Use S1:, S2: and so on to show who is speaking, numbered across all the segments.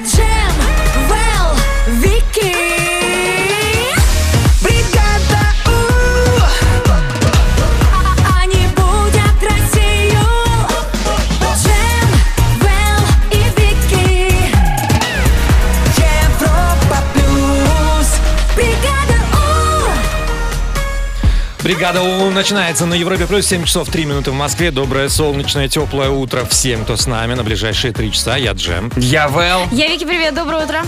S1: Джем, Вэл, Вики. Бригада У. Они будят Россию. Джем, Вэл и Вики. Европа плюс. Бригада У.
S2: Бригада У начинается на Европе Плюс 7 часов 3 минуты в Москве. Доброе солнечное теплое утро всем, кто с нами на ближайшие 3 часа. Я Джем.
S3: Я Вэл.
S4: Я Вики, привет, доброе утро.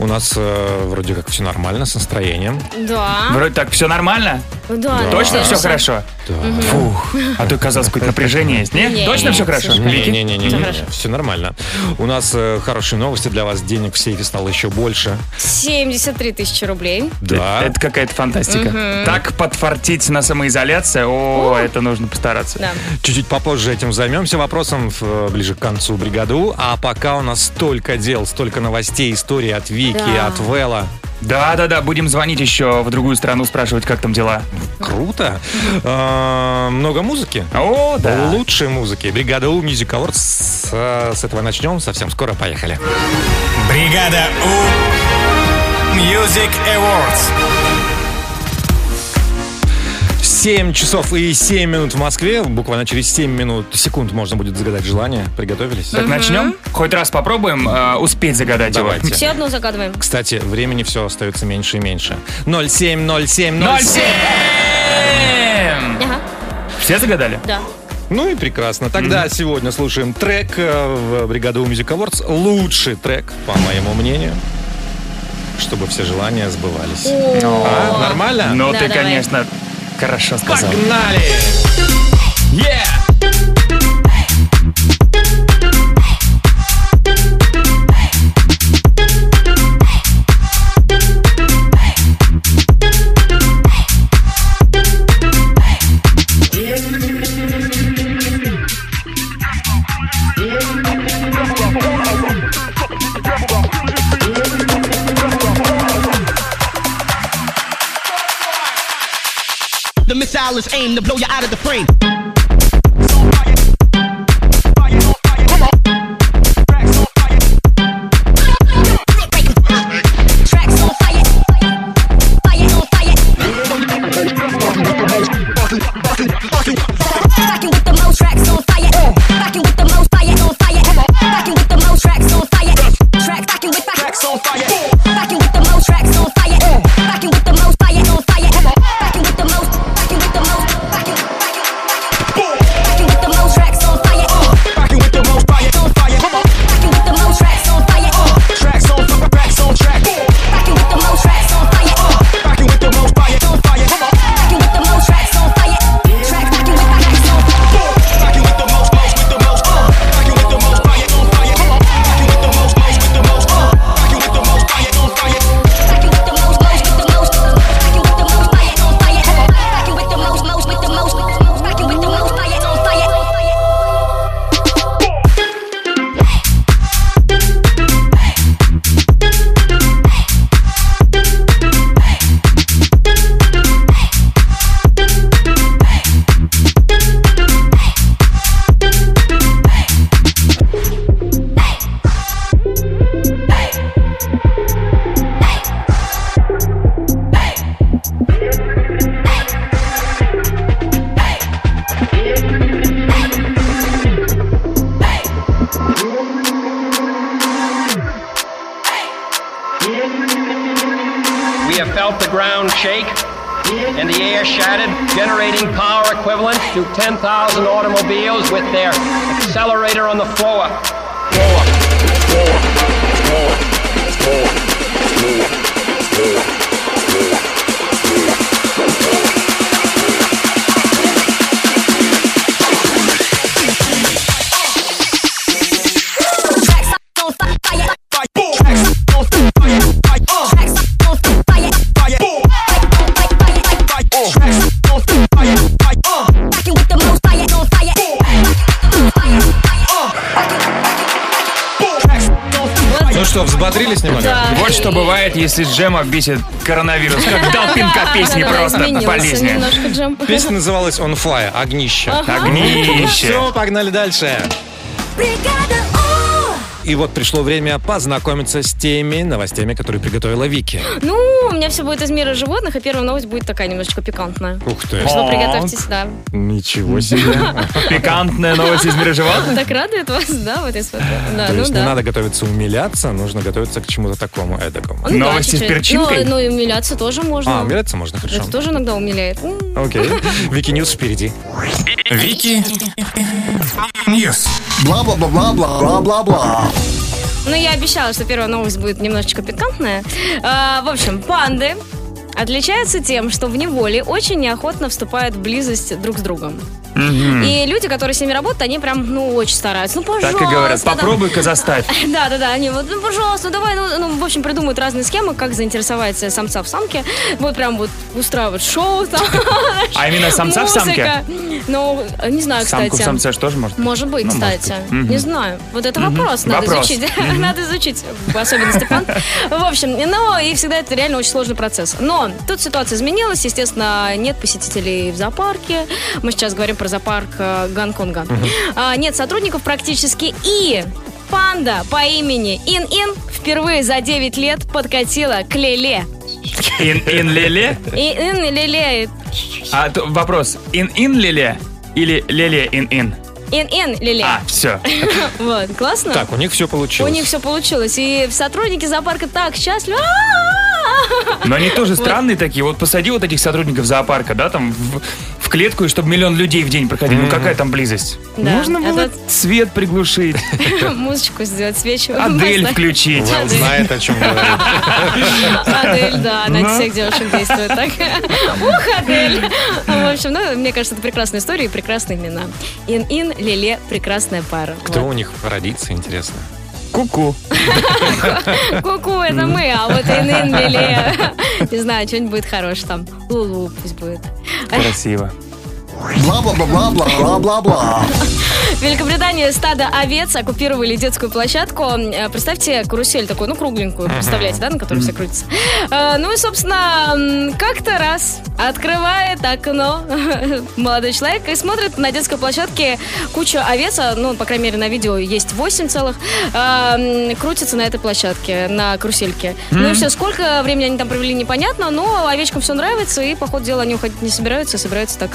S2: У нас э, вроде как все нормально с настроением.
S4: Да.
S3: Вроде так все нормально?
S4: Да. да.
S3: Точно все хорошо?
S2: Да.
S3: Фух, а то казалось, какое-то напряжение есть. Нет?
S4: Не,
S3: Точно все хорошо?
S4: слушай,
S3: Вики?
S2: Не-не-не,
S4: Всё хорошо.
S2: все нормально. У нас э, хорошие новости для вас. Денег в сейфе стало еще больше.
S4: 73 тысячи рублей.
S2: Да.
S3: Это какая-то фантастика. Так подфартить на самоизоляция, о, это нужно постараться.
S4: Да.
S2: Чуть-чуть попозже этим займемся вопросом в- э, ближе к концу бригаду. А пока у нас столько дел, столько новостей, истории от Вики,
S4: Да.
S2: от Вела.
S3: Да-да-да, будем звонить еще в другую страну, спрашивать, как там дела.
S2: Круто. Э, Много музыки.
S3: О, да.
S2: Лучшей музыки. Бригада У Music Awards. С, э, с этого начнем. Совсем скоро. Поехали.
S5: Бригада У. Music Awards.
S2: 7 часов и 7 минут в Москве. Буквально через 7 минут, секунд можно будет загадать желание. Приготовились?
S3: Так начнем? Хоть раз попробуем э, успеть загадать
S2: Давайте.
S3: его.
S4: Все одно загадываем.
S2: Кстати, времени все остается меньше и меньше. 07, 07, 07.
S3: 07!
S4: Ага,
S3: Все загадали?
S4: да.
S2: Ну и прекрасно. Тогда сегодня слушаем трек э, в бригаду У Music Awards. Лучший трек, по моему мнению. Чтобы все желания сбывались. А, нормально?
S3: Ну
S4: Да,
S3: ты,
S4: давай.
S3: конечно, хорошо сказал.
S2: Погнали!
S3: Yeah!
S6: The missile is aimed to blow you out of the frame.
S1: Tracks on fire. Fire on fire. Rockin' with the most tracks on fire. Rockin' with the most fire on fire. Rockin' with the most tracks on fire. Tracks rockin' with tracks on fire. Rockin' with the most tracks on fire. Rockin' with the most fire on fire. Rockin' with the most. Rockin' with the most. Rockin' rockin', rockin'. Rockin' with the most tracks on fire.
S6: Rocking with the most fire on fire. Come on.
S1: Rockin' with the most tracks on fire.
S6: Tracks on fire, tracks on track.
S1: Rockin' with the most tracks on fire.
S6: Rocking with the most fire on fire. Come on.
S1: Rockin' with the most tracks on fire. Tracks rockin' with tracks on fire.
S6: Rocking with the most, most with the most. Uh. Rocking with the most fire on fire. Come on. Rocking with the most, most with the most. Uh. Rocking with the most fire on fire.
S1: Rockin' with the most, most with the most. Rockin' with the most, fire on fire. Rockin' with the most, most with the most. Rockin' with the most, fire on fire.
S7: We have felt the ground shake and the air shattered, generating power equivalent to 10,000 automobiles with their accelerator on the floor.
S1: Tracks on fire.
S6: Tracks on fire. Fire. Uh.
S1: Tracks on fire.
S6: Fire. Uh. Tracks on fire. Fire. Uh.
S1: Rockin' with the most, fire on fire.
S6: Tracks on fire.
S2: Ну что, взбодрились немного?
S4: Да.
S3: Вот что бывает, если Джема бесит коронавирус. Как дал пинка песни
S4: Да-да-да,
S3: просто
S4: изменился
S3: полезнее.
S4: немножко джем.
S2: Песня называлась On Fire, огнище.
S4: Ага.
S3: Огнище.
S2: Все, погнали дальше.
S1: Бригада У.
S2: И вот пришло время познакомиться с теми новостями, которые приготовила Вики.
S4: Ну, у меня все будет из мира животных, и первая новость будет такая немножечко пикантная.
S2: Ух ты.
S4: Так что
S3: Так.
S4: приготовьтесь, да.
S2: Ничего
S4: Ну
S2: себе.
S3: Пикантная новость из мира животных.
S4: Так радует вас, да, вот я смотрю. Да,
S2: То
S4: ну
S2: есть не
S4: да.
S2: надо готовиться умиляться, нужно готовиться к чему-то такому эдакому.
S4: Ну да,
S3: Новости с
S4: чуть-чуть.
S3: перчинкой?
S4: Ну, ну, и умиляться тоже можно.
S2: А, умиляться можно, хорошо.
S4: Это тоже иногда умиляет. М.
S2: Окей. Вики Ньюс впереди.
S5: Вики Ньюс.
S8: Бла-бла-бла-бла-бла-бла-бла.
S4: Ну, я обещала, что первая новость будет немножечко пикантная. А, в общем, панды отличаются тем, что в неволе очень неохотно вступают в близость друг с другом. И люди, которые с ними работают, они прям, ну, очень стараются. Ну, пожалуйста.
S3: Так и говорят,
S4: да. А,
S3: попробуй-ка заставь.
S4: Да, да, да, они вот, ну, пожалуйста, ну, давай, ну, ну, в общем, придумают разные схемы, как заинтересовать э, самца в самке. Вот прям вот устраивают шоу там.
S3: А именно самца в самке?
S4: музыка. Ну, э, не знаю, кстати.
S3: Самку в самце же тоже может?
S4: Может быть,
S3: Ну, может
S4: кстати.
S3: быть. Мгм.
S4: Не знаю. Вот это вопрос надо
S3: Вопрос.
S4: изучить. Надо изучить особенности панд. В общем, но и всегда это реально очень сложный процесс. Но тут ситуация изменилась. Естественно, нет посетителей в зоопарке. Мы сейчас говорим про зоопарк э, Гонконга. А, Нет сотрудников практически. И панда по имени Ин-Ин впервые за 9 лет подкатила к Леле.
S3: Ин-ин леле?
S4: Ин-Ин и Леле.
S3: А то вопрос, ин-ин леле или леле ин-ин?
S4: Ин-Ин Леле.
S3: А, все.
S4: Вот, классно?
S2: Так, у них все
S4: У
S2: получилось.
S4: них все получилось. И сотрудники зоопарка так счастливы. А-а-а!
S3: Но они тоже странные такие. Вот посади вот этих сотрудников зоопарка, да, там в, в клетку, и чтобы миллион людей в день проходили. Ну какая там близость?
S4: Да,
S3: Можно было
S4: это-
S3: свет приглушить,
S4: Музычку сделать, свечи.
S3: Адель
S4: поставить.
S3: включить.
S2: Well, знает, о чем говорит.
S4: Адель, да, она
S3: Да.
S4: на всех девушек действует так. Ух, Адель! В общем, ну, мне кажется, это прекрасная история и прекрасные имена. Ин-Ин, Леле, прекрасная пара.
S2: Кто
S4: Вот.
S2: у них родится, интересно.
S3: Ку-ку.
S4: Ку-ку, это мы, а вот Ин-Ин, Леле. Не знаю, что-нибудь будет хорошее там. Лулу пусть будет.
S3: Красиво.
S8: Бла-бла-бла-бла-бла-бла-бла.
S4: В Великобритании стадо овец оккупировали детскую площадку. Э, Представьте, карусель такую, ну, кругленькую, представляете, да, на которой все крутится. Э, Ну и, собственно, м, как-то раз открывает окно молодой человек и смотрит на детской площадке кучу овец, а, ну, по крайней мере, на видео есть 8 целых, э, м, крутится на этой площадке, на карусельке. Ну и все, сколько времени они там провели, непонятно, но овечкам все нравится, и, по ходу дела, они уходить не собираются, и собираются так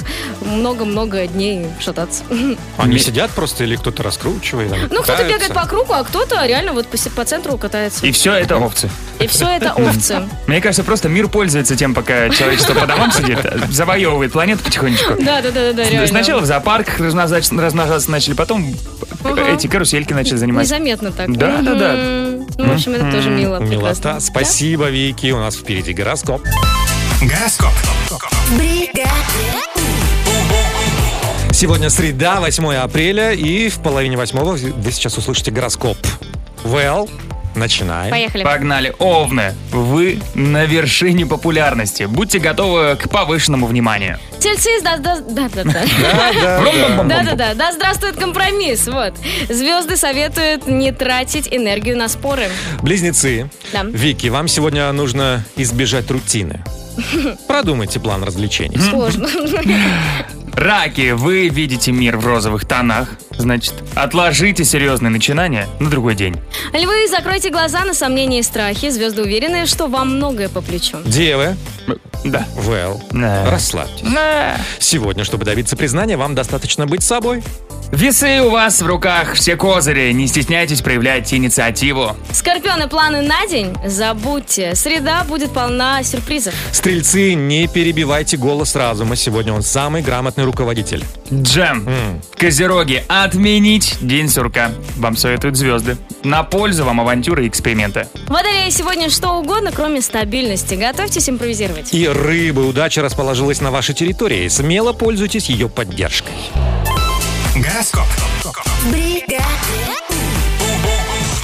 S4: много-много дней шататься.
S2: Они сидят просто или кто-то раскручивает? они
S4: Ну, кто-то
S2: пытаются?
S4: бегает по кругу, а кто-то реально вот по, се- по центру катается.
S3: И
S4: И,
S3: все это овцы.
S4: все это овцы.
S3: Мне кажется, просто мир пользуется тем, пока человечество по домам сидит, завоевывает планету потихонечку.
S4: Да, да, да, да, да, реально.
S3: Сначала в зоопарках размножаться, размножаться начали, потом
S4: Ага.
S3: эти карусельки начали заниматься.
S4: Незаметно так.
S3: Да, да, да.
S4: М, Ну, в общем, это тоже мило.
S2: Милота.
S4: прекрасно.
S2: Спасибо, Вики. У нас впереди гороскоп.
S5: Гороскоп.
S2: Сегодня среда, 8 апреля, и в половине восьмого вы сейчас услышите гороскоп. Well, начинаем.
S4: Поехали.
S3: Погнали, овны! Вы на вершине популярности. Будьте готовы к повышенному вниманию.
S4: Тельцы, да, да, да, да, да. Да, да,
S3: Брум-бум-бум-бум.
S4: да, да, здравствует компромисс, вот. Звезды советуют не тратить энергию на споры.
S2: Близнецы.
S4: Да.
S2: Вики, вам сегодня нужно избежать рутины. Продумайте план развлечений.
S4: Сложно.
S3: Раки, вы видите мир в розовых тонах. Значит, отложите серьезные начинания на другой день.
S4: Львы, закройте глаза на сомнения и страхи. Звезды уверены, что вам многое по плечу.
S2: Девы.
S3: Да.
S2: Well,
S3: Да.
S2: расслабьтесь. Сегодня, чтобы добиться признания, вам достаточно быть собой.
S3: Весы у вас в руках, все козыри. Не стесняйтесь проявлять инициативу.
S4: Скорпионы, планы на день забудьте. Среда будет полна сюрпризов.
S2: Стрельцы, не перебивайте голос разума. Сегодня он самый грамотный руководитель.
S3: Джем. Козероги, отменить день сурка. Вам советуют звезды. На пользу вам авантюры и эксперименты.
S4: Водолеи сегодня что угодно, кроме стабильности. Готовьтесь импровизировать.
S2: И рыбы, удача расположилась на вашей территории. Смело пользуйтесь ее поддержкой.
S5: Гороскоп.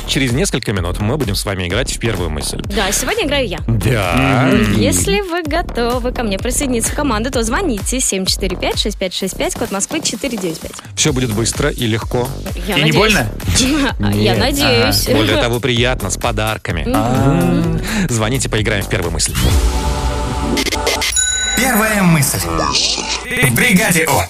S2: Через несколько минут мы будем с вами играть в первую мысль.
S4: Да, сегодня играю я.
S2: Да.
S4: Если вы готовы ко мне присоединиться в команду, то звоните 745-6565, код Москвы 495.
S2: Все будет быстро и легко.
S4: Я
S3: И не больно?
S4: Я
S2: Нет.
S4: надеюсь.
S2: Более того, приятно, с подарками. Звоните, поиграем в первую мысль.
S4: Э,
S5: Первая мысль. Бригаде О.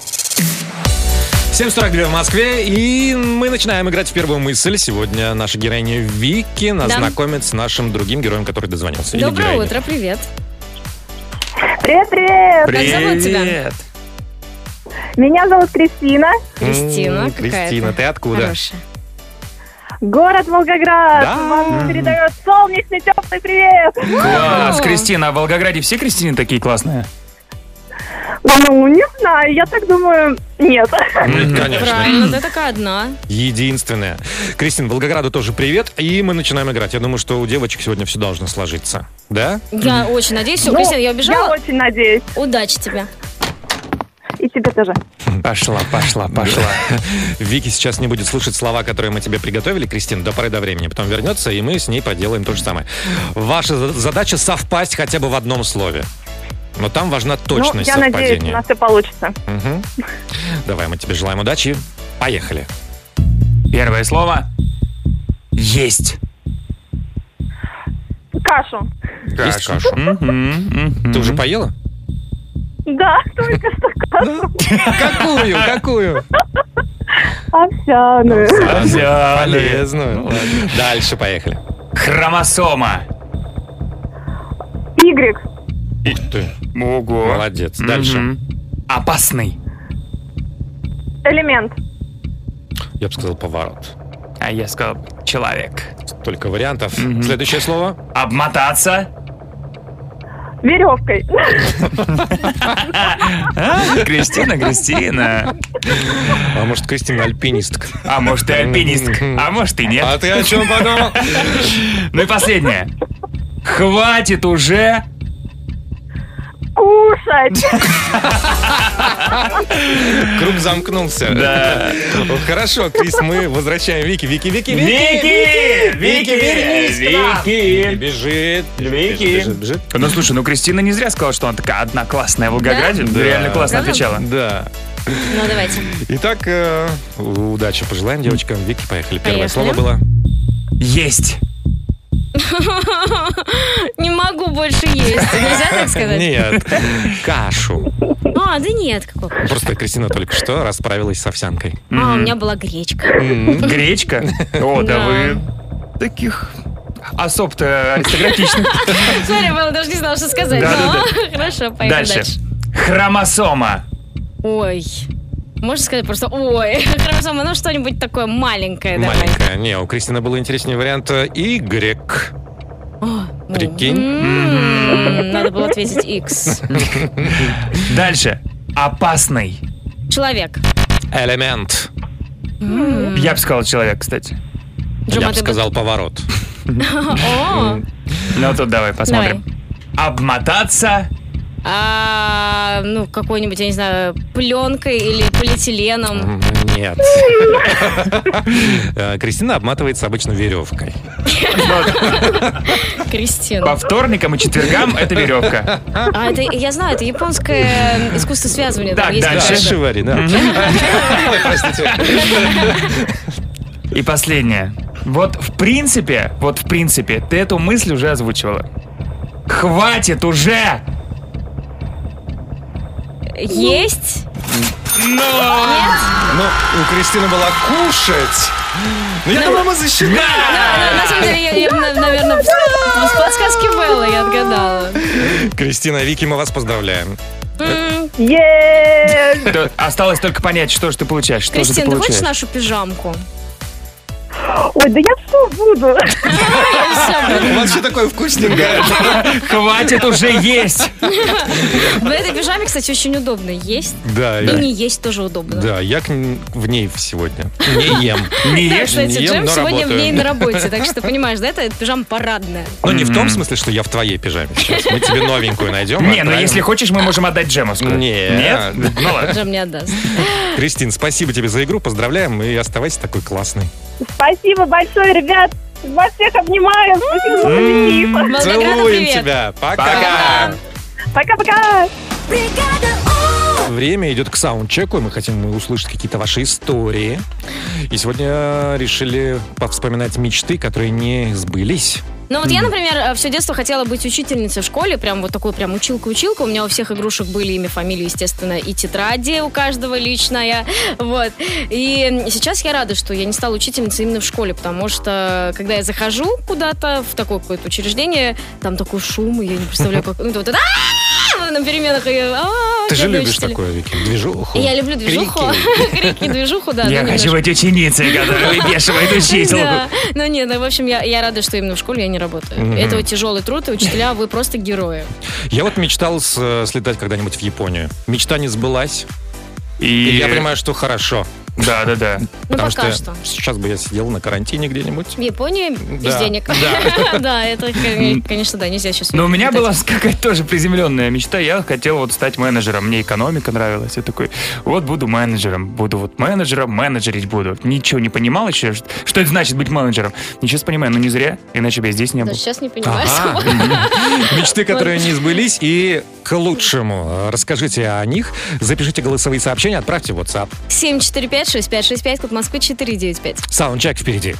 S2: 7.42 в Москве, и мы начинаем играть в первую мысль. Сегодня наша героиня Вики нас
S4: Да.
S2: знакомит с нашим другим героем, который дозвонился. Или
S4: Доброе
S2: героиней.
S4: утро, привет.
S8: Привет, привет!
S4: Как зовут тебя?
S3: Привет.
S8: Меня зовут Кристина,
S4: Кристина
S2: М,
S4: какая-то.
S2: Кристина, ты откуда?
S4: Хорошая.
S8: город Волгоград.
S2: Да.
S8: Вам передает солнечный теплый привет.
S3: Класс, Кристина, а в Волгограде все Кристины такие классные?
S8: Ну, не знаю, я так думаю, нет.
S2: М, Конечно.
S4: Правильно, ты такая одна.
S2: Единственная. Кристин, Волгограду тоже привет, и мы начинаем играть. Я думаю, что у девочек сегодня все должно сложиться. Да?
S4: Я очень надеюсь. Все,
S8: Ну,
S4: Кристина, я убежала.
S8: Я очень надеюсь.
S4: Удачи тебе.
S8: И тебе тоже.
S3: Пошла, пошла, пошла.
S2: Вики сейчас не будет слушать слова, которые мы тебе приготовили, Кристин, до поры до времени. Потом вернется, и мы с ней поделаем то же самое. Ваша за- задача совпасть хотя бы в одном слове. Но там важна
S8: ну,
S2: точность
S8: я надеюсь, у
S2: совпадения.
S8: нас все получится.
S2: Мгм. Давай, мы тебе желаем удачи. Поехали.
S3: Первое слово. Есть.
S8: Кашу.
S2: Есть кашу? Ты
S3: Ты
S2: уже поела?
S8: Да, только что кашу.
S2: Какую? Какую?
S8: Овсяную.
S3: Взяли.
S2: Полезную. Ну, Дальше поехали.
S3: Хромосома.
S8: Игрик.
S2: Ух ты,
S3: Ого.
S2: молодец. Дальше.
S3: Мгм. Опасный.
S8: Элемент.
S2: Я бы сказал поворот.
S3: А я сказал человек.
S2: Столько вариантов.
S3: Мгм.
S2: Следующее слово.
S3: Обмотаться.
S8: Веревкой.
S3: А, Кристина, Кристина.
S2: А может, Кристина альпинистка?
S3: А может, ты альпинистка, а может, и
S2: А
S3: нет.
S2: ты о чем подумал?
S3: Ну и последнее. Хватит уже.
S8: Кушать.
S2: Круг замкнулся.
S3: Да.
S2: Ну, Хорошо, Крис, мы возвращаем Вики. Вики, Вики,
S3: Вики!
S2: Вики, вернись к нам! И
S3: Вики!
S2: Бежит.
S3: Вики.
S2: Бежит, бежит.
S3: Ну слушай, ну Кристина не зря сказала, что она такая одна классная в Волгограде.
S2: Да.
S3: Реально классно
S4: Правда?
S3: отвечала.
S2: Да.
S4: Ну, давайте.
S2: Итак, э, удачи пожелаем девочкам. Вики, поехали. Первое слово
S4: Поехали.
S2: было.
S3: Есть.
S4: Не могу больше есть. Нельзя так сказать?
S2: Нет. Кашу.
S4: А, да нет, какой.
S2: Просто Кристина только что расправилась с овсянкой.
S4: А, у меня была гречка.
S2: М.
S3: Гречка? О, да
S4: Да.
S3: вы таких особ-то аристократичных.
S4: Смотри, Белла даже не знала, что сказать.
S3: Да, да,
S4: Но хорошо, поехали
S3: Дальше.
S4: дальше.
S3: Хромосома.
S4: Ой. Можно сказать просто ой. Хромосома, ну что-нибудь такое маленькое. давай.
S2: Маленькая. Не, у Кристины был интереснее вариант. э, Игрек.
S4: Ну,
S2: Прикинь.
S4: м, Надо было ответить X.
S3: Дальше. Опасный.
S4: Человек.
S2: Элемент.
S3: Я бы сказал человек, кстати.
S2: Я
S4: Джума,
S2: бы
S4: ты бы-
S2: сказал поворот.
S4: О,
S3: Ну тут давай посмотрим. Обмотаться.
S4: а, ну, какой-нибудь, я не знаю, пленкой или полиэтиленом.
S2: М, Нет. Э, Кристина обматывается обычно веревкой.
S4: Кристина.
S3: По вторникам и четвергам это веревка.
S4: А, это, я знаю, это японское искусство связывания.
S3: Так,
S4: там
S2: А
S4: есть
S3: дальше.
S4: такое.
S2: шивари, да. Ой, Простите.
S3: И последнее. Вот в принципе, вот в принципе, ты эту мысль уже озвучивала. Хватит уже!
S4: Есть?
S2: Ну, у Кристины была кушать. Ну, я думаю, мы защитим.
S4: Да, на самом деле, я, я, наверное, с подсказки Беллы я отгадала.
S2: Кристина, Вики, мы вас поздравляем.
S4: М,
S8: Еее.
S3: То- Осталось только понять, что же ты получаешь. Что же ты
S4: Кристина, ну, ты
S3: получаешь?
S4: хочешь нашу пижамку?
S8: Ой, да я что буду?
S2: У вас все такое вкусненькое.
S3: Хватит уже есть!
S4: В этой пижаме, кстати, очень удобно есть.
S2: Да,
S4: И
S2: я-
S4: не есть тоже удобно.
S2: да, я к н- в ней сегодня. Не ем.
S3: Не
S4: Да,
S3: ешь?
S4: кстати,
S2: не ем,
S4: Джем
S2: но
S4: сегодня в
S2: работаю.
S4: ней на работе, так что понимаешь, да, это, это пижама парадная.
S2: Но не в том смысле, что я в твоей пижаме сейчас. Мы тебе новенькую найдем.
S3: Не, ну
S2: отправим.
S3: если хочешь, мы можем отдать Джемовскую.
S2: Нет.
S3: Нет? Ну ладно.
S4: Джем не отдаст.
S2: Кристин, спасибо тебе за игру, поздравляем и оставайся такой классной.
S8: Спасибо большое, ребят. Вас всех обнимаю. Спасибо за позитив.
S4: Волгограду
S2: Целуем
S4: привет.
S2: тебя. Пока.
S3: Пока.
S8: Пока-пока.
S2: Время идет к саундчеку, и мы хотим услышать какие-то ваши э, истории. И сегодня решили повспоминать мечты, которые не сбылись.
S4: Но Ну, вот я, например, все детство хотела быть учительницей в школе, прям вот такой прям училка-училка. У меня у всех игрушек были имя, фамилия, естественно, и тетради у каждого личная. Вот. И сейчас я рада, что я не стала учительницей именно в школе, потому что, когда я захожу куда-то в такое какое-то учреждение, там такой шум, и я не представляю, как... Ну, это вот это... «А-а-а!» На переменах и... «А-а-а!»
S2: Ты же
S4: бедные
S2: любишь
S4: учителя.
S2: такое, Вики, движуху.
S4: Я люблю движуху. Крики, движуху, да.
S3: Я
S4: ну,
S3: хочу
S4: немножко.
S3: быть ученицей, которая выбешивает учителку.
S4: Да. Ну нет, ну, в общем, я, я рада, что именно в школе я не работаю. Это тяжелый труд, и учителя, вы просто герои. Ну,
S2: Я вот мечтал с- э, слетать когда-нибудь в Японию. Мечта не сбылась. И
S3: И
S2: я понимаю, что хорошо.
S3: Да, да, да.
S4: Ну
S2: потому
S4: пока что.
S2: что, сейчас бы я сидел на карантине где-нибудь.
S4: В Японии без
S2: Да,
S4: денег.
S2: да.
S4: Да, это, кон- конечно, да, нельзя сейчас.
S3: Но у меня
S4: летать.
S3: была какая-то тоже приземленная мечта. Я хотел вот стать менеджером. Мне экономика нравилась. Я такой, вот буду менеджером. Буду вот менеджером, менеджерить буду. Ничего не понимал еще, что, что это значит быть менеджером. Ничего понимаю, но не зря, иначе бы я здесь не был.
S4: Даже сейчас не понимаю.
S2: Ага. Мечты, которые не сбылись, и к лучшему. Расскажите о них, запишите голосовые сообщения, отправьте в WhatsApp.
S4: 745-6565, код Москвы 495.
S2: Саундчек впереди.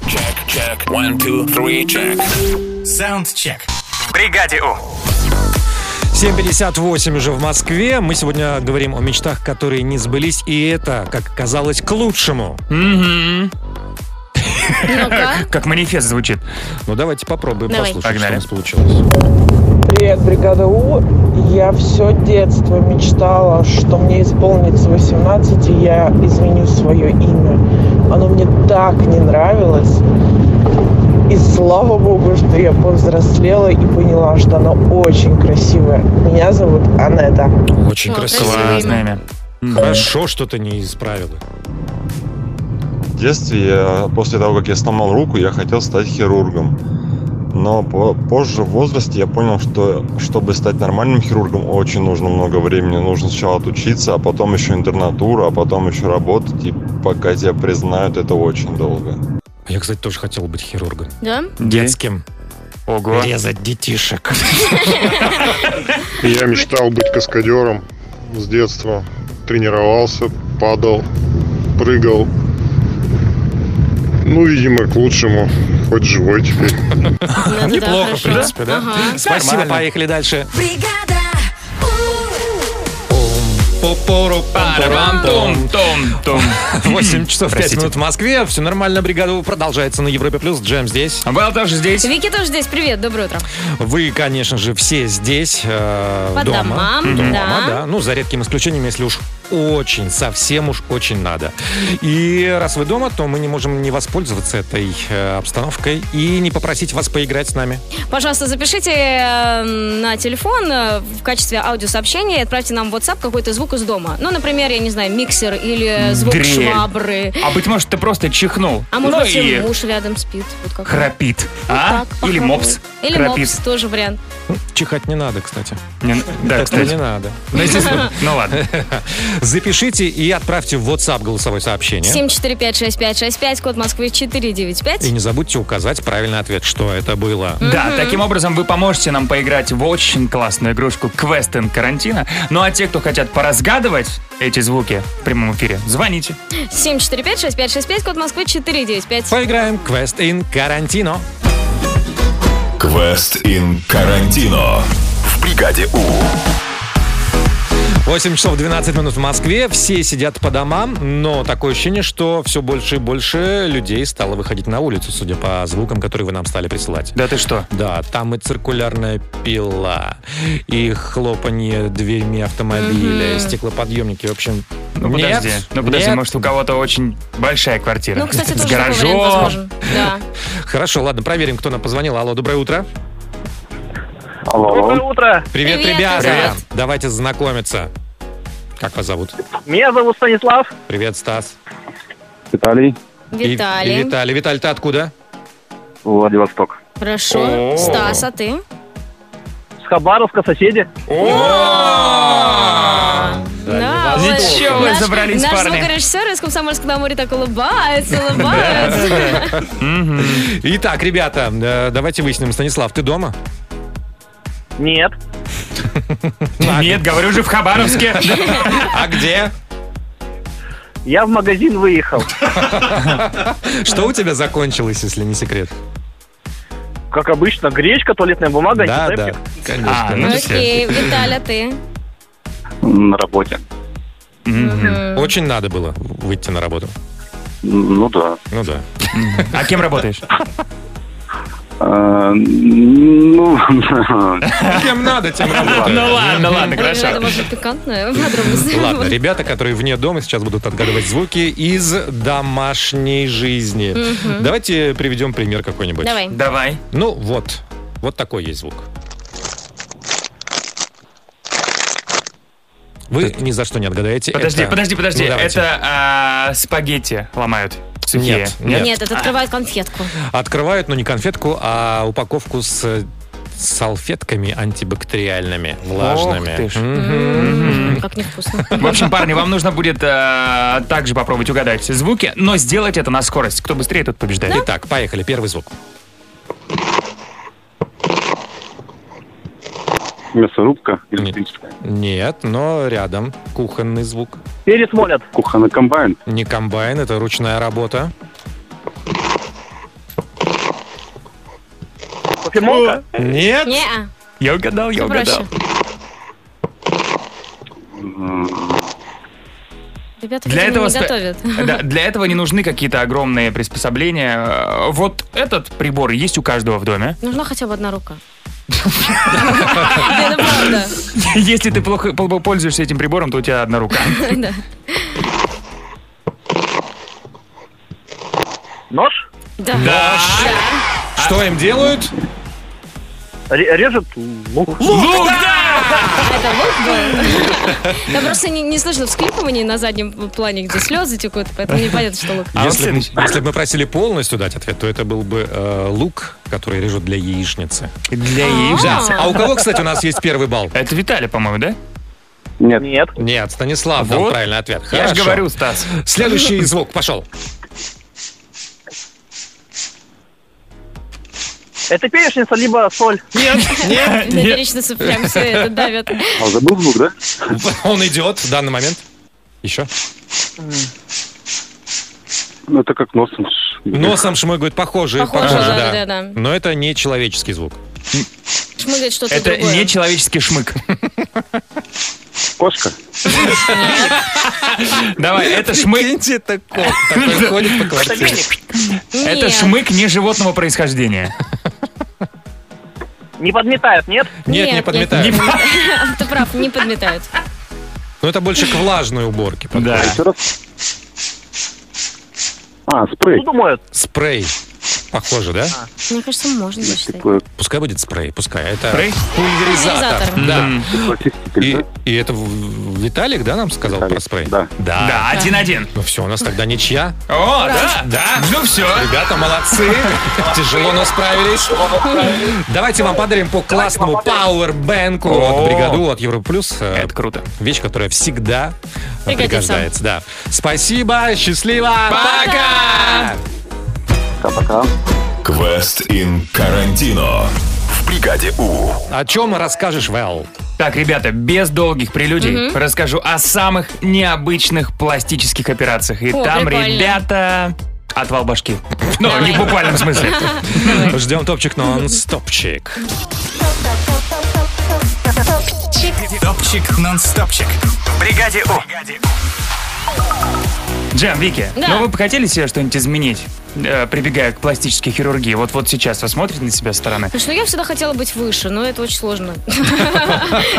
S5: Саундчек.
S2: 7.58 уже в Москве. Мы сегодня говорим о мечтах, которые не сбылись, и это, как оказалось, к лучшему.
S3: Мгм.
S4: Ну-ка.
S3: Как манифест звучит.
S2: Ну, давайте попробуем
S4: Давай.
S2: послушать,
S3: Погнали.
S2: что у нас получилось.
S9: Привет, бригада У. Я все детство мечтала, что мне исполнится 18, и я изменю свое имя. Оно мне так не нравилось. И слава богу, что я повзрослела и поняла, что оно очень красивое. Меня зовут Анетта.
S2: Очень
S4: О,
S2: красиво.
S4: красиво.
S3: Классное имя.
S2: Хорошо, что ты не исправила.
S10: В детстве, я, после того, как я сломал руку, я хотел стать хирургом. Но по- позже в возрасте я понял, что чтобы стать нормальным хирургом, очень нужно много времени. Нужно сначала отучиться, а потом еще интернатура, а потом еще работать. И пока тебя признают, это очень долго.
S2: Я, кстати, тоже хотел быть хирургом.
S4: Да? Ну,
S2: Детским.
S3: Ого.
S2: Резать детишек.
S11: Я мечтал быть каскадером с детства. Тренировался, падал, прыгал. Ну, видимо, к лучшему. Хоть живой теперь.
S4: Ну, это да,
S2: Неплохо, в
S4: хорошо.
S2: принципе, да?
S4: Ага.
S2: Спасибо,
S3: Нормально.
S2: поехали дальше.
S1: Бригада!
S2: Пум-пу-пу-ру-пам-пам-пам.
S3: Том-том-том.
S2: 8 часов 5
S3: Простите.
S2: минут в Москве. Все нормально, бригада продолжается на Европе плюс. Джем здесь.
S3: Был А тоже здесь.
S4: Вики тоже здесь. Привет, доброе утро.
S2: Вы, конечно же, все здесь. э,
S4: По
S2: дома.
S4: домам,
S2: Дома,
S4: да.
S2: да. Ну, за редким исключением, если уж очень, совсем уж очень надо. И раз вы дома, то мы не можем не воспользоваться этой э, обстановкой и не попросить вас поиграть с нами.
S4: Пожалуйста, запишите э, на телефон э, в качестве аудиосообщения и отправьте нам в WhatsApp какой-то звук из дома. Ну, например, я не знаю, миксер или звук
S3: Дрель.
S4: швабры.
S3: А быть может, ты просто чихнул.
S4: А может
S3: Ну
S4: быть,
S3: и
S4: и муж рядом спит. Вот как
S3: храпит.
S4: Вот
S3: А?
S4: так,
S3: Или
S4: попробуй.
S3: мопс.
S4: Или
S3: храпит.
S4: мопс, тоже вариант.
S2: Ну, Чихать не надо, кстати.
S3: Не- Да,
S2: Это
S3: кстати.
S2: не надо.
S3: Ну, естественно. Ну ладно.
S2: Запишите и отправьте в WhatsApp голосовое сообщение.
S4: 7456565, код Москвы
S2: И
S4: 495.
S2: не забудьте указать правильный ответ, что это было.
S3: Да, таким образом вы поможете нам поиграть в очень классную игрушку Квестен карантина. Ну а те, кто хотят поразгадывать эти звуки в прямом эфире, звоните.
S4: 7456565, код Москвы 495.
S2: Поиграем квест in карантино.
S5: Квест ин карантино. В бригаде У.
S2: 8 часов 12 минут в Москве. Все сидят по домам, но такое ощущение, что все больше и больше людей стало выходить на улицу, судя по звукам, которые вы нам стали присылать.
S3: Да ты что?
S2: Да, там и циркулярная пила, и хлопанье дверьми автомобиля, и стеклоподъемники. В общем,
S3: Ну
S2: нет,
S3: подожди. Ну подожди,
S2: нет.
S3: может у кого-то очень большая квартира.
S4: Ну, кстати,
S3: С
S4: тоже такой вариант
S3: гаражом.
S4: возможен. Да.
S2: Хорошо, ладно, проверим, кто нам позвонил. Алло, доброе утро.
S10: Алло.
S9: утро.
S2: Привет,
S4: Привет,
S2: ребята.
S4: привет.
S2: Давайте знакомиться. Как вас зовут?
S9: Меня зовут Станислав.
S2: Привет, Стас.
S10: Виталий,
S2: И- И,
S4: Виталий.
S2: Виталий. Виталий, ты откуда?
S10: Владивосток.
S4: Хорошо. Стас, а ты?
S9: С Хабаровска, соседи.
S4: Да,
S2: не
S4: вот.
S2: важно.
S3: Ничего вы
S4: Наш-
S3: забрались,
S4: Наш
S3: парни.
S4: звукорежиссер из Комсомольска на море так улыбается, улыбается.
S2: Итак, ребята, э, давайте выясним. Станислав, ты дома?
S9: Нет.
S3: Нет, говорю же в Хабаровске.
S2: А где?
S9: Я в магазин выехал.
S2: Что у тебя закончилось, если не секрет?
S12: как обычно, гречка, туалетная бумага,
S2: Да, да,
S12: антисептик.
S2: конечно.
S3: А, ну,
S4: Окей, Виталя, ты?
S13: На работе.
S2: Мгм. Очень надо было выйти на работу.
S13: Ну да.
S2: Ну да.
S3: А кем работаешь?
S13: Э, Ну,
S2: Кем надо, тем работаем.
S3: Ну ладно, ладно,
S4: Блин,
S2: хорошо.
S4: Это может пикантная подробность.
S2: Ладно, ребята, которые вне дома сейчас будут отгадывать звуки из домашней жизни.
S4: Мгм.
S2: Давайте приведем пример какой-нибудь.
S4: Давай.
S3: Давай.
S2: Ну вот, вот такой есть звук. Вы ни за что не отгадаете.
S3: Подожди,
S2: Это-
S3: подожди, подожди.
S2: Ну, давайте.
S3: это а, спагетти ломают. Сухие.
S2: Нет,
S4: Нет, это открывает конфетку.
S2: Открывают, но не конфетку, а упаковку с салфетками антибактериальными, влажными.
S3: ты ж.
S2: Мгм.
S4: Как невкусно.
S3: В общем, парни, вам нужно будет а, также попробовать угадать все звуки, но сделать это на скорость. Кто быстрее, тот побеждает.
S2: Итак, поехали. Первый звук.
S13: мясорубка
S2: Нет, но рядом. Кухонный звук.
S12: Пересмолят.
S13: Кухонный комбайн.
S2: Не комбайн, это ручная работа.
S12: Кофемолка?
S2: Нет.
S4: Неа.
S3: Я угадал, я
S4: Всё проще.
S3: угадал.
S4: Ребята, для этого не
S3: ста-
S4: готовят.
S3: Да, для этого не нужны какие-то огромные приспособления. Э, Вот этот прибор есть у каждого в доме.
S4: Нужна хотя бы одна рука. Да, ну правда.
S3: Если ты плохо пол- пользуешься этим прибором, то у тебя одна рука.
S4: Да.
S12: Нож?
S4: Да.
S2: Да. Что им делают?
S12: Ре- Режет лук.
S3: Лук,
S4: Это лук был. Я просто не, не слышала всклипываний на заднем плане, где слезы текут, поэтому непонятно, что лук.
S2: если, б- если бы мы просили полностью дать ответ, то это был бы э, лук, который режут для яичницы.
S3: Для
S4: яичницы.
S2: А у кого, кстати, у нас есть первый балл?
S3: Это Виталий, по-моему, да?
S13: Нет.
S12: Нет.
S2: Нет, Станислав дал
S3: Вот.
S2: правильный ответ.
S3: Я
S2: Хорошо.
S3: же говорю, Стас.
S2: Следующий звук, пошел.
S12: Это перечница, либо соль.
S2: Нет,
S4: На перечнице прям все это давят.
S13: А забыл звук, да?
S2: Он идет в данный момент. Еще.
S13: Ну, это как носом.
S2: Носом шмыгают, похоже.
S4: Похоже,
S2: похоже,
S4: да, да, да, да.
S2: Но это не человеческий звук.
S4: Шмыгает что-то
S3: Это
S4: другое.
S3: не человеческий шмык.
S13: Кошка.
S3: Давай, это шмык.
S2: это кот такой ходит по квартире.
S3: Это
S4: Нет.
S3: шмык не животного происхождения.
S12: Не подметают, нет?
S2: Нет, не подметают.
S4: Ты прав, не подметают.
S2: Но это больше к влажной уборке.
S3: Да.
S13: А,
S14: Ну,
S13: спрей.
S12: Буду моют.
S2: Спрей. Похоже, да?
S3: А.
S4: Мне кажется, можно досчитать.
S2: Пускай будет спрей, пускай. Это
S3: Спрей?
S2: пульверизатор.
S4: Пульверизатор.
S2: Да. И, и это в- Виталик, да, нам сказал про спрей? Да. Да.
S3: Да, один-один.
S2: Ну все, у нас тогда ничья.
S3: О, да?
S2: Да.
S3: Ну все.
S2: Ребята, молодцы. Тяжело, но справились. Давайте вам подарим по классному пауэрбэнку
S3: О.
S2: от бригаду, от Европлюс.
S3: Это круто.
S2: Вещь, которая всегда э,
S4: Пригодится.
S2: пригождается. Да. Спасибо, счастливо, пока!
S13: Пока-пока.
S5: Квест ин карантино. В бригаде У.
S2: О чем расскажешь, Вэл?
S3: Так, ребята, без долгих прелюдий
S4: Мгм.
S3: расскажу о самых необычных пластических операциях. И
S4: О,
S3: там,
S4: прикольно.
S3: ребята, отвал башки. Ну, не в буквальном смысле.
S2: Ждем топчик нон-стопчик.
S15: Топчик нон-стопчик. В бригаде У.
S3: Джем, Вики,
S4: Да.
S3: ну вы бы хотели себе что-нибудь изменить, э, прибегая к пластической хирургии? Вот вот сейчас вы смотрите на себя со стороны.
S4: Слушай, ну я всегда хотела быть выше, но это очень сложно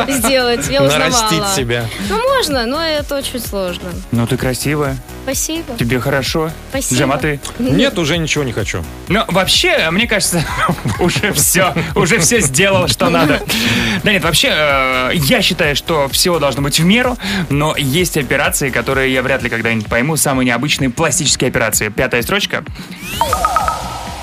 S4: сделать. Я
S2: Нарастить
S4: узнавала.
S2: себя.
S4: Ну можно, но это очень сложно.
S3: Ну ты красивая,
S4: Спасибо.
S3: тебе хорошо.
S4: Спасибо.
S3: Джем, а ты?
S2: Нет, уже ничего не хочу.
S3: Ну, вообще, мне кажется, уже все, уже все сделал, что надо. Да нет, вообще, э, я считаю, что всего должно быть в меру, но есть операции, которые я вряд ли когда-нибудь пойму, самые необычные пластические операции. Пятая строчка.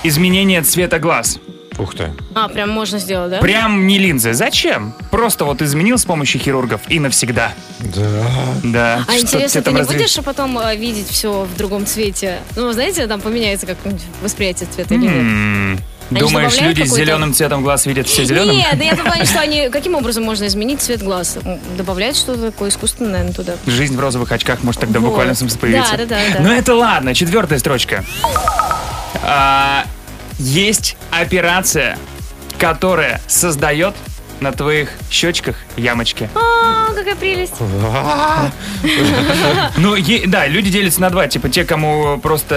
S3: Изменение цвета глаз.
S2: Ух ты.
S4: А, прям можно сделать, да?
S3: Прям не линзы. Зачем? Просто вот изменил с помощью хирургов и навсегда.
S2: Да.
S3: Да.
S4: А
S3: Что тебе
S4: интересно, ты
S3: там
S4: не
S3: разве-
S4: будешь потом э, видеть все в другом цвете? Ну, знаете, там поменяется как восприятие цвета или нет?
S3: М,
S4: Они
S3: Думаешь,
S4: добавляют
S3: люди с
S4: какой-то-
S3: зеленым цветом глаз видят все зеленым?
S4: Нет, да я в том плане, что они... Каким образом можно изменить цвет глаз? М, Добавлять что-то такое искусственное, наверное, туда.
S3: Жизнь в розовых очках может тогда в Ну,
S4: Вот.
S3: буквальном смысле появиться.
S4: Да, да, да, да.
S3: Но это ладно, четвертая строчка. А, есть операция, которая создает на твоих щечках ямочки.
S4: А. О, какая прелесть.
S2: А,
S3: Ну, е- да, люди делятся на два. Типа те, кому просто...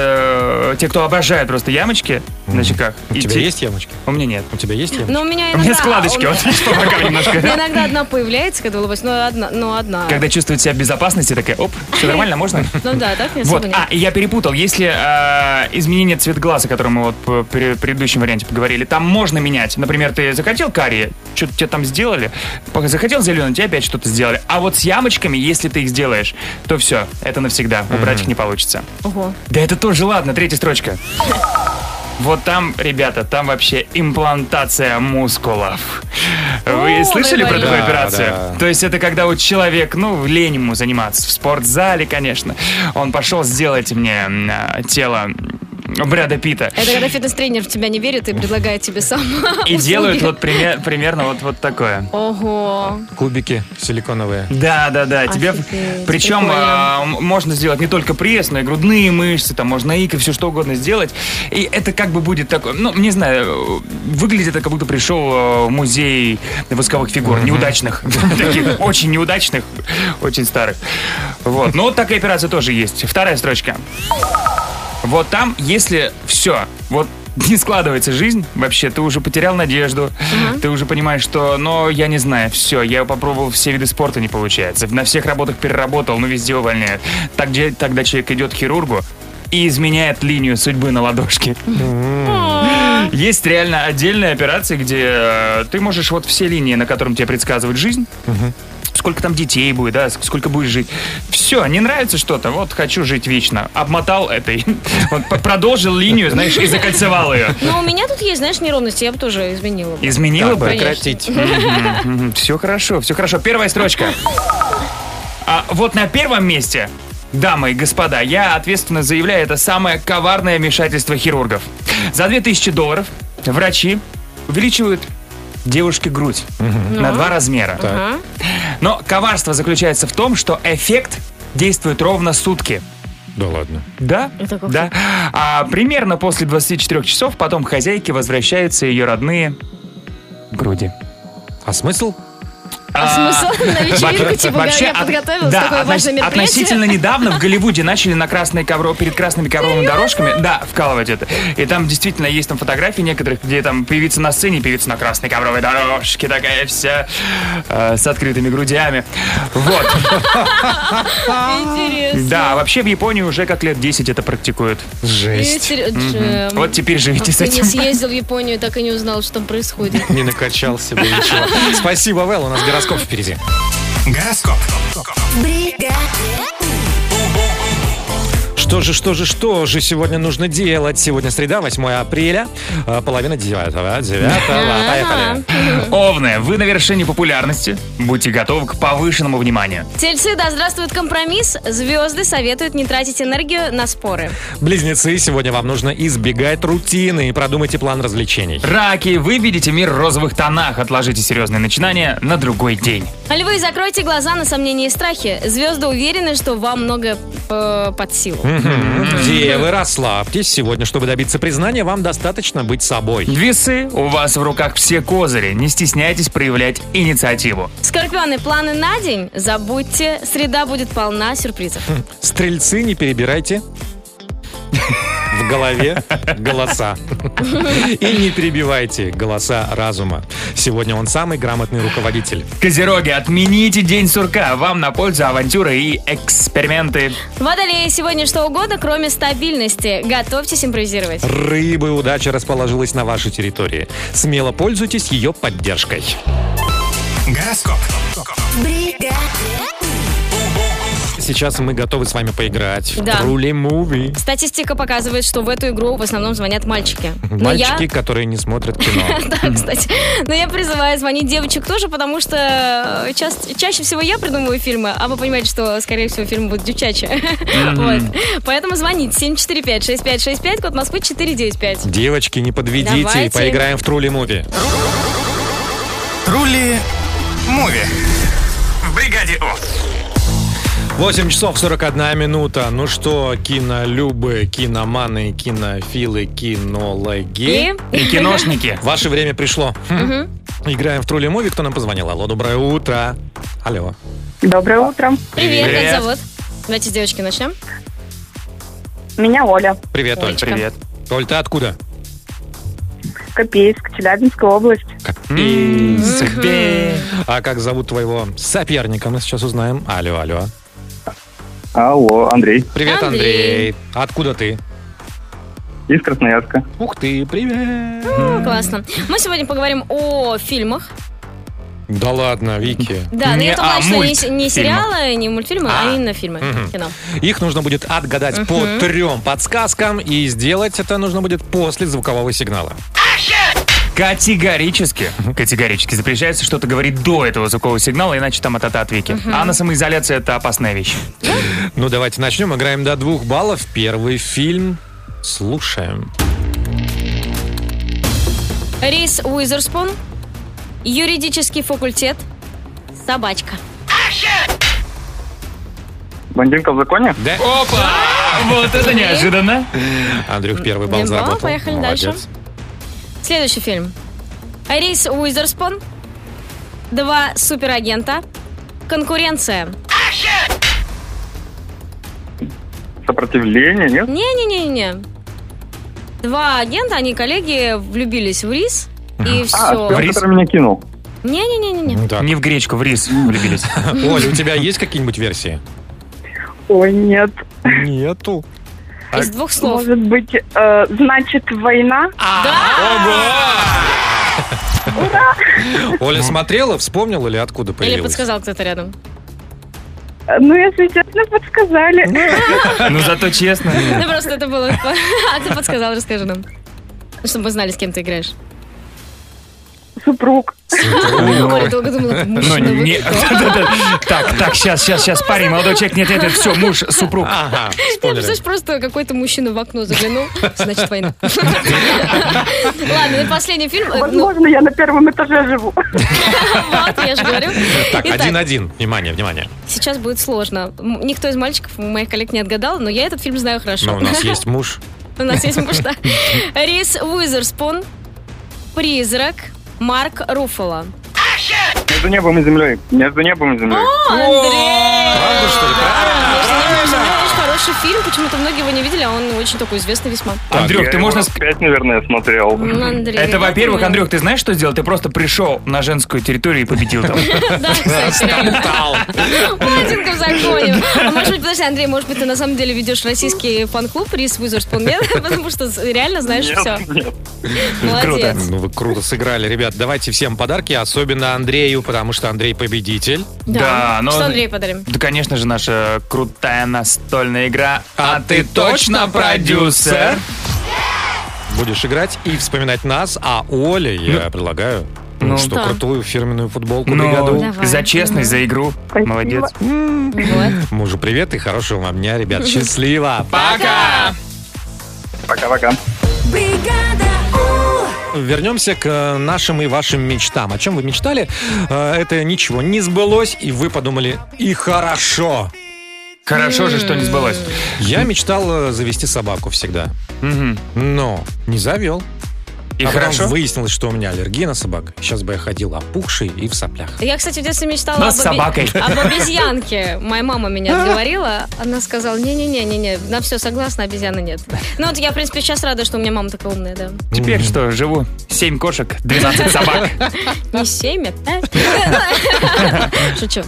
S3: э, Те, кто обожает просто ямочки на щеках. У
S2: тебя есть ямочки?
S3: У меня нет.
S2: У тебя есть
S4: Но у меня
S3: У
S4: иногда...
S3: меня складочки,
S4: Ну у
S3: вот видишь, по бокам
S4: меня- у меня
S3: немножко.
S4: иногда одна появляется, когда улыбаюсь, но одна. Но одна.
S3: Когда чувствует себя в безопасности, такая, оп, все нормально, можно?
S4: Ну да, так не особо
S3: Вот,
S4: не.
S3: а, и я перепутал. Если э, изменение цвет глаз, о котором мы вот в пре- предыдущем варианте поговорили, там можно менять. Например, ты захотел карие, что-то тебе там сделали, пока захотел зеленый, тебе опять что-то сделали. А вот с ямочками, если ты их сделаешь, то все, это навсегда, убрать их не получится.
S4: Ого.
S3: Да это тоже ладно, третья строчка. Вот там, ребята, там вообще имплантация мускулов. Вы
S15: О,
S3: слышали про
S15: Марина.
S3: такую
S15: Да,
S3: операцию?
S15: да.
S3: То есть это когда вот человек, ну, лень ему заниматься в спортзале, конечно. Он пошел сделать мне м, а, тело Брэда Питта.
S4: Это когда фитнес-тренер в тебя не верит и предлагает тебе сам
S3: И
S4: услуги.
S3: делают вот пример- примерно вот, вот такое.
S4: Ого.
S2: Кубики силиконовые.
S3: Да, да, да. Тебе
S4: Офигеть,
S3: причем
S4: прикольно.
S3: а, м- можно сделать не только пресс, но и грудные мышцы, там можно и все что угодно сделать. И это как бы будет такое, ну не знаю, э, выглядит это как будто пришел э, в музей восковых фигур, неудачных, таких очень неудачных, очень старых. Вот, но вот такая операция тоже есть. Вторая строчка. Вот там, если все, вот не складывается жизнь вообще, ты уже потерял надежду, ты уже понимаешь, что, но я не знаю, все, я попробовал все виды спорта, не получается, на всех работах переработал, но везде увольняют. Так, где- тогда человек идет к хирургу и изменяет линию судьбы на ладошке. Есть реально отдельные операции, где э, ты можешь вот все линии, на котором тебе предсказывают жизнь, сколько там детей будет, да, ск- сколько будешь жить. Все, не нравится что-то, вот хочу жить вечно. Обмотал этой, вот п- продолжил линию, знаешь, и закольцевал ее.
S4: Но у меня тут есть, знаешь, неровности, я бы тоже изменила. бы.
S3: Изменила бы?
S4: Конечно.
S3: Все хорошо, все хорошо. Первая строчка. А вот на первом месте, дамы и господа, я ответственно заявляю, это самое коварное вмешательство хирургов. За 2000 долларов врачи увеличивают девушке грудь на
S15: Ну.
S3: два размера.
S15: Так.
S3: Но коварство заключается в том, что эффект действует ровно сутки.
S2: Да ладно.
S3: Да, да. А примерно после 24 часов потом к хозяйке возвращаются ее родные груди.
S2: А смысл?
S4: А смысл? На вечеринку, типа, я подготовилась, такое важное мероприятие.
S3: Относительно недавно в Голливуде начали на красной ковро, перед красными ковровыми дорожками, да, вкалывать это. И там действительно есть там фотографии некоторых, где там певица на сцене, певица на красной ковровой дорожке, такая вся э, с открытыми грудями. Вот.
S4: Интересно.
S3: Да, вообще в Японии уже как лет 10 это практикуют.
S4: Жесть. Интерес-
S3: Мгм.
S4: Джем.
S3: Вот теперь живите
S4: Как
S3: с
S4: а ты не
S3: этим.
S4: съездил в Японию, так и не узнал, что там происходит.
S2: Не накачал себе ничего. Спасибо, Вэл, у нас гороскоп впереди.
S15: Гороскоп.
S2: Что же, что же, что же сегодня нужно делать? Сегодня среда, 8 апреля, э, половина девятого. Девятого, поехали.
S3: Овны, вы на вершине популярности. Будьте готовы к повышенному вниманию.
S4: Тельцы, да, здравствует компромисс. Звезды советуют не тратить энергию на споры.
S2: Близнецы, сегодня вам нужно избегать рутины и продумайте план развлечений.
S3: Раки, вы видите мир в розовых тонах. Отложите серьезные начинания на другой день.
S4: А Львы, закройте глаза на сомнения и страхи. Звезды уверены, что вам многое э, под силу.
S2: Мгм. Девы, расслабьтесь. Сегодня, чтобы добиться признания, вам достаточно быть собой.
S3: Весы, у вас в руках все козыри. Не стесняйтесь проявлять инициативу.
S4: Скорпионы, планы на день забудьте. Среда будет полна сюрпризов.
S2: Стрельцы, не перебирайте в голове голоса. И не перебивайте голоса разума. Сегодня он самый грамотный руководитель.
S3: Козероги, отмените день сурка. Вам на пользу авантюры и эксперименты.
S4: Водолеи, сегодня что угодно, кроме стабильности. Готовьтесь импровизировать.
S2: Рыбы, удача расположилась на вашей территории. Смело пользуйтесь ее поддержкой.
S15: Гороскоп.
S2: Сейчас мы готовы с вами поиграть в
S4: Да.
S2: Трули Муви.
S4: Статистика показывает, что в эту игру в основном звонят мальчики. Но Ну, я-
S2: Мальчики, которые не смотрят кино.
S4: Да, кстати. Но я призываю звонить девочек тоже, потому что э, част- чаще всего я придумываю фильмы, а вы понимаете, что, скорее всего, фильм будет девчачий. Вот.
S2: Мгм.
S4: Поэтому звоните 745-6565, код Москвы 495.
S2: Девочки, не подведите,
S4: Давайте.
S2: поиграем в Трули Муви.
S15: Трули Муви. В бригаде У.
S2: 8 часов 41 минута. Ну что, кинолюбы, киноманы, кинофилы, кинологи.
S3: И? И киношники.
S2: Ваше время пришло. Хм. Играем в Трули Муви. Кто нам позвонил? Алло, доброе утро. Алло.
S8: Доброе утро.
S4: Привет,
S2: Привет.
S4: как зовут? Давайте, девочки, начнем.
S8: Меня Оля.
S2: Привет, Оль.
S4: Олечка. Привет.
S2: Оль, ты откуда?
S8: Копейск, Челябинская область.
S3: М-м-м.
S2: А как зовут твоего соперника? Мы сейчас узнаем. Алло, алло.
S16: Алло, Андрей.
S2: Привет, Андрей. Откуда ты?
S16: Из Красноярска.
S2: Ух ты, привет.
S4: О, классно. Мы сегодня поговорим о фильмах.
S2: Да ладно, Вики.
S4: Да, но я там
S2: а,
S4: поняла, что не,
S2: мультфильмы.
S4: не сериалы, не мультфильмы, а,
S2: А.
S4: именно фильмы.
S2: Мгм.
S4: Кино.
S2: Их нужно будет отгадать
S4: Мгм.
S2: по трем подсказкам, и сделать это нужно будет после звукового сигнала.
S3: Категорически, категорически запрещается что-то говорить до этого звукового сигнала, иначе там атата от Вики.
S2: Мгм.
S3: А на самоизоляции это опасная вещь.
S2: Ну, давайте начнем. Играем до двух баллов. Первый фильм слушаем.
S4: Рейс Уизерспун, юридический факультет, собачка.
S16: Блондинка в законе?
S2: Да.
S3: Опа! Вот это неожиданно.
S2: Андрюх, первый балл
S4: Один балл,
S2: заработал.
S4: поехали
S2: Молодец.
S4: дальше. Следующий фильм. Рейс Уизерспун, два суперагента, конкуренция.
S16: Сопротивление, нет?
S4: Не-не-не-не. Два агента, они коллеги, влюбились в Рис, и все.
S16: А, в который меня кинул.
S4: Не-не-не-не.
S3: Не в гречку, в рис влюбились.
S2: Оль, у тебя есть какие-нибудь версии?
S8: Ой, нет.
S2: Нету.
S4: Из двух слов.
S8: Может быть, э, значит, война?
S2: Оля смотрела, вспомнила или откуда
S4: Или
S2: появилась?
S4: подсказал кто-то рядом.
S8: Э, Ну, если честно, подсказали.
S3: Ну зато честно.
S4: Ну просто это было... А ты подсказал, расскажи нам. Ну, Чтобы мы знали, с кем ты играешь.
S8: Супруг.
S2: Ну,
S4: Оля долго думала, это муж.
S3: Ну,
S4: но вы-
S3: не- да-да-да. Так, так, сейчас, сейчас, сейчас, парень, молодой человек, нет, нет, нет, все, муж, супруг.
S2: Ага,
S4: Нет, представляешь, просто какой-то мужчина в окно заглянул, значит, война. Ладно, и последний фильм. Э, Ну,
S8: Возможно, я на первом этаже живу.
S4: вот, я же говорю.
S2: Так,
S4: Итак,
S2: один-один. Внимание, внимание.
S4: Сейчас будет сложно. М, Никто из мальчиков, моих коллег, не отгадал, но я этот фильм знаю хорошо.
S2: Но Ну, у нас есть муж.
S4: У нас есть муж, да. Рис Уизерспун, Призрак, Марк Руффало.
S16: Между небом и землей. Между небом и землей.
S4: О, Андрей!
S2: Правда, что ли?
S4: Между нами и землей» очень хороший фильм, почему-то многие его не видели, а он очень такой известный весьма.
S3: Андрюх, ты можно...
S16: Пять, наверное, смотрел.
S4: Ну, Андрей,
S3: Это,
S4: я
S3: во-первых,
S4: думаю.
S3: Андрюх, ты знаешь, что сделал? Ты просто пришел на женскую территорию и победил там.
S4: Да, кстати, реально. Патинка в законе. А может быть, подожди, Андрей, может быть, ты на самом деле ведешь российский фан-клуб Рис Уизерспун, нет? Потому что реально знаешь все.
S2: Круто.
S4: Молодец.
S2: Ну, вы круто сыграли, ребят. Давайте всем подарки, особенно Андрею, потому что Андрей победитель.
S3: Да, но...
S4: Что Андрей подарим?
S3: Да, конечно же, наша крутая настольная игра. А ты
S2: точно продюсер? Будешь играть и вспоминать нас, а Оля, я предлагаю, ну,
S3: Ну.
S2: что,
S3: Да.
S2: крутую фирменную футболку бригаду.
S3: Ну, за честность, за игру. Молодец.
S2: Мужу привет и хорошего вам дня, ребят. Счастливо.
S3: Пока!
S16: Пока-пока.
S2: Вернемся к э, нашим и вашим мечтам. О чем вы мечтали? Э, Это ничего не сбылось, и вы подумали, и хорошо.
S3: Хорошо же, что не сбылось.
S2: Я мечтал э, завести собаку всегда,
S3: Хм. Мгм.
S2: но не завел.
S3: И
S2: а
S3: хорошо?
S2: потом выяснилось, что у меня аллергия на собак. Сейчас бы я ходил опухший и в соплях.
S4: Я, кстати, в детстве мечтала
S2: Но
S4: об,
S2: с собакой.
S4: об обезьянке. Моя мама меня отговорила. Она сказала, не-не-не-не-не, на все согласна, обезьяны нет. Ну вот я, в принципе, сейчас рада, что у меня мама такая умная, да.
S3: Теперь что, живу? Семь кошек, 12 собак.
S4: Не семь, а пять. Шучу.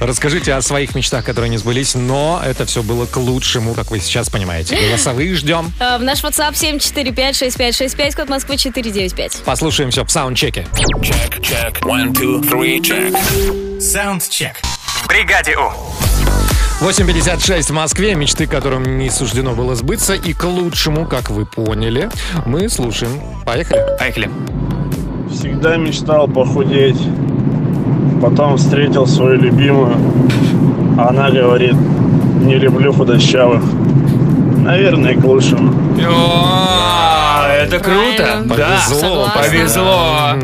S2: Расскажите о своих мечтах, которые не сбылись, но это все было к лучшему, как вы сейчас понимаете. Голосовые ждем.
S4: Э, В наш WhatsApp 7456565, код Москвы 495.
S2: Послушаем все в саундчеке.
S15: One, two, three, check. Саундчек. Бригаде У.
S2: 8.56 в Москве. Мечты, которым не суждено было сбыться. И к лучшему, как вы поняли, мы слушаем. Поехали.
S3: Поехали.
S14: Всегда мечтал похудеть. Потом встретил свою любимую. Она говорит, не люблю худощавых. Наверное, к лучшему.
S3: О, Это круто.
S14: Правильно.
S3: Да,
S14: Повезло,
S3: повезло.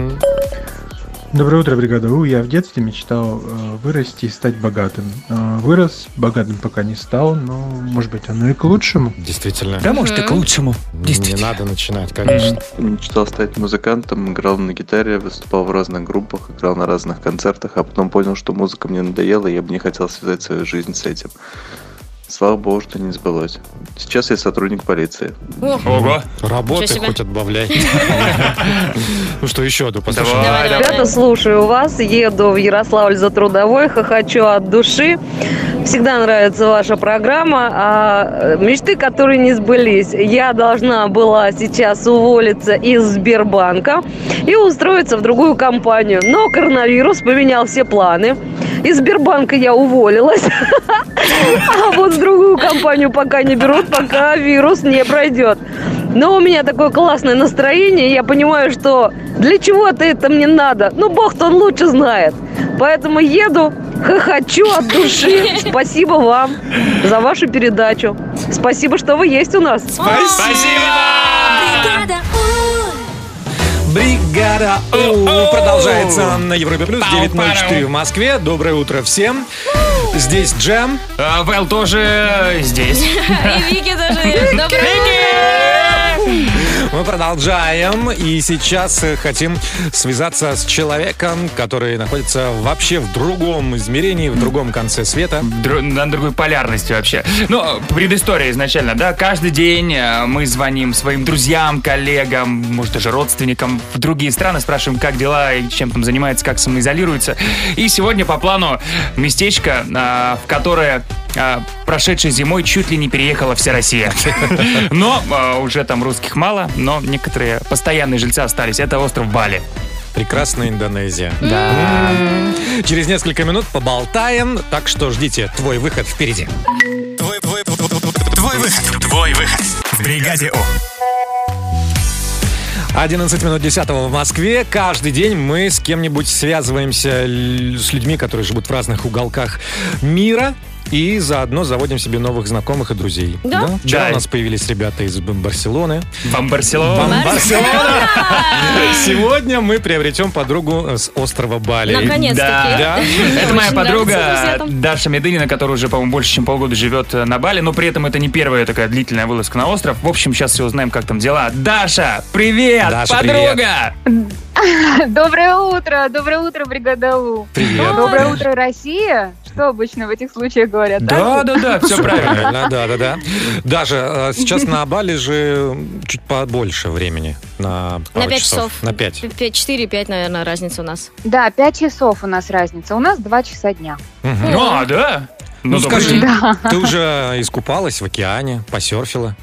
S17: Доброе утро, бригада У. Я в детстве мечтал э, вырасти и стать богатым. Э, Вырос, богатым пока не стал, но, может быть, оно и к лучшему.
S2: Действительно.
S17: Да, может, и к лучшему.
S2: Не надо начинать, конечно.
S18: Мечтал стать музыкантом, играл на гитаре, выступал в разных группах, играл на разных концертах, а потом понял, что музыка мне надоела, и я бы не хотел связать свою жизнь с этим. Слава богу, что не сбылось. Сейчас я сотрудник полиции.
S4: О,
S3: Ого.
S2: Работы
S4: Ничего себе.
S2: хоть отбавляй. Ну что еще? А, Да послушаем.
S19: Ребята, слушаю вас, еду в Ярославль за трудовой, хохочу от души. Всегда нравится ваша программа. А, э, мечты, которые не сбылись. Я должна была сейчас уволиться из Сбербанка и устроиться в другую компанию. Но коронавирус поменял все планы. Из Сбербанка я уволилась. А вот в другую компанию пока не берут, пока вирус не пройдет. Но у меня такое классное настроение, и я понимаю, что для чего-то это мне надо. Ну, бог-то он лучше знает. Поэтому еду, хохочу от души. Спасибо вам за вашу передачу. Спасибо, что вы есть у нас.
S3: Спасибо!
S2: Бригада У продолжается на Европе Плюс 9.04 в Москве. Доброе утро всем. Здесь Джем.
S3: А, Вэл тоже здесь.
S4: И Вики тоже. Доброе
S2: Мы продолжаем. И сейчас э, хотим связаться с человеком, который находится вообще в другом измерении, в другом конце света.
S3: Дру- на другой полярности вообще. Ну, предыстория изначально, да, каждый день э, мы звоним своим друзьям, коллегам, может даже родственникам в другие страны, спрашиваем, как дела, и чем там занимается, как самоизолируется. И сегодня по плану местечко, э, в которое э, прошедшей зимой чуть ли не переехала вся Россия. Но э, уже там русских мало, но некоторые постоянные жильцы остались. Это остров Бали.
S2: Прекрасная Индонезия. Да. Через несколько минут поболтаем, так что ждите, твой выход впереди.
S15: Твой выход. Твой выход. В бригаде У.
S2: 11 минут 10 в Москве. Каждый день мы с кем-нибудь связываемся л- с людьми, которые живут в разных уголках мира. И заодно заводим себе новых знакомых и друзей.
S4: Да?
S2: Вчера
S3: Да.
S2: у нас появились ребята из Бам- Барселоны.
S3: Вам
S2: Бам-
S3: Барселона.
S2: Барселона. Сегодня мы приобретем подругу э, с острова Бали.
S3: Да, да. Это моя подруга Даша Медынина, которая уже, по-моему, больше чем полгода живет э, на Бали, но при этом это не первая такая длительная вылазка на остров. В общем, сейчас все узнаем, как там дела. Даша, привет,
S2: Даша,
S3: подруга!
S20: Доброе утро, доброе утро, бригада У.
S2: Привет.
S20: Доброе утро, Россия. Что обычно в этих случаях говорят?
S2: Да,
S20: так?
S2: да, да, все правильно. Да, да, да. Даже э, сейчас на Бали же чуть побольше времени. На
S4: На
S2: пару
S4: 5 часов.
S2: На 5.
S3: Ну,
S4: 4-5, наверное, разница у нас.
S20: Да, 5 часов у нас разница. У нас 2 часа дня.
S3: А, да?
S2: Ну,
S3: добрый
S2: скажи,
S3: день.
S2: ты уже искупалась в океане, посерфила?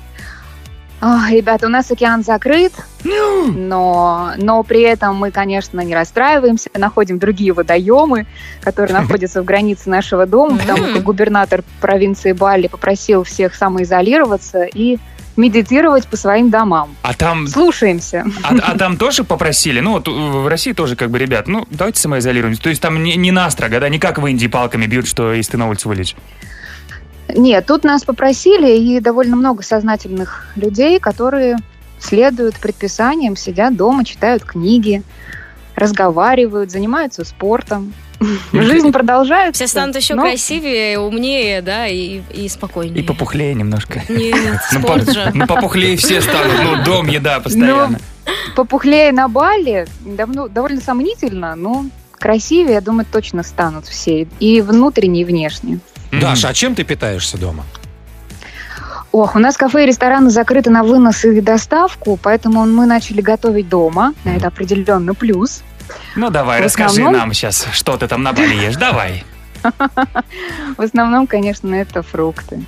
S20: Ох, ребята, у нас океан закрыт, но, но при этом мы, конечно, не расстраиваемся, находим другие водоемы, которые находятся в границе нашего дома, потому что губернатор провинции Бали попросил всех самоизолироваться и медитировать по своим домам.
S3: А там...
S20: Слушаемся.
S3: А, а там тоже попросили? Ну, вот э, в России тоже, как бы, ребят, ну, давайте самоизолируемся. То есть там не, не настрого, да, не как в Индии палками бьют, что если ты на улицу вылечь.
S20: Нет, тут нас попросили, и довольно много сознательных людей, которые следуют предписаниям, сидят дома, читают книги, разговаривают, занимаются спортом. Жизнь продолжается.
S4: Все станут еще
S20: но-
S4: красивее, умнее, да, и, и
S3: И
S4: спокойнее.
S3: попухлее немножко.
S4: Нет,
S3: Ну, по-
S4: спорт же.
S3: ну, попухлее все станут. Ну, дом, еда постоянно.
S20: Попухлее на Бали давно, довольно сомнительно, но красивее, я думаю, точно станут все. И внутренне, и внешне.
S2: Даша, а чем ты питаешься дома?
S20: Ох, у нас кафе и рестораны закрыты на вынос и доставку, поэтому мы начали готовить дома. Это определенно плюс.
S3: Ну давай,
S20: В
S3: расскажи
S20: основном-
S3: нам сейчас, что ты там на Бали ешь. Давай.
S20: В основном, конечно, это фрукты.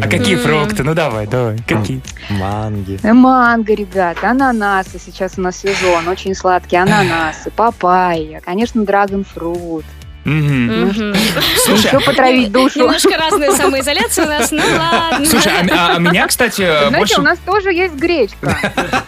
S3: А какие
S20: М.
S3: фрукты? Ну давай, давай. Какие?
S2: Манги.
S20: Э, Манго, ребят, ананасы сейчас у нас сезон, очень сладкие ананасы, папайя, конечно, драгонфрут.
S3: Слушай,
S20: Еще потравить душу.
S4: Немножко разная самоизоляция у нас, ну ладно.
S3: Слушай, а, а- а меня, кстати, э,
S20: Знаете,
S3: больше...
S20: у нас тоже есть гречка.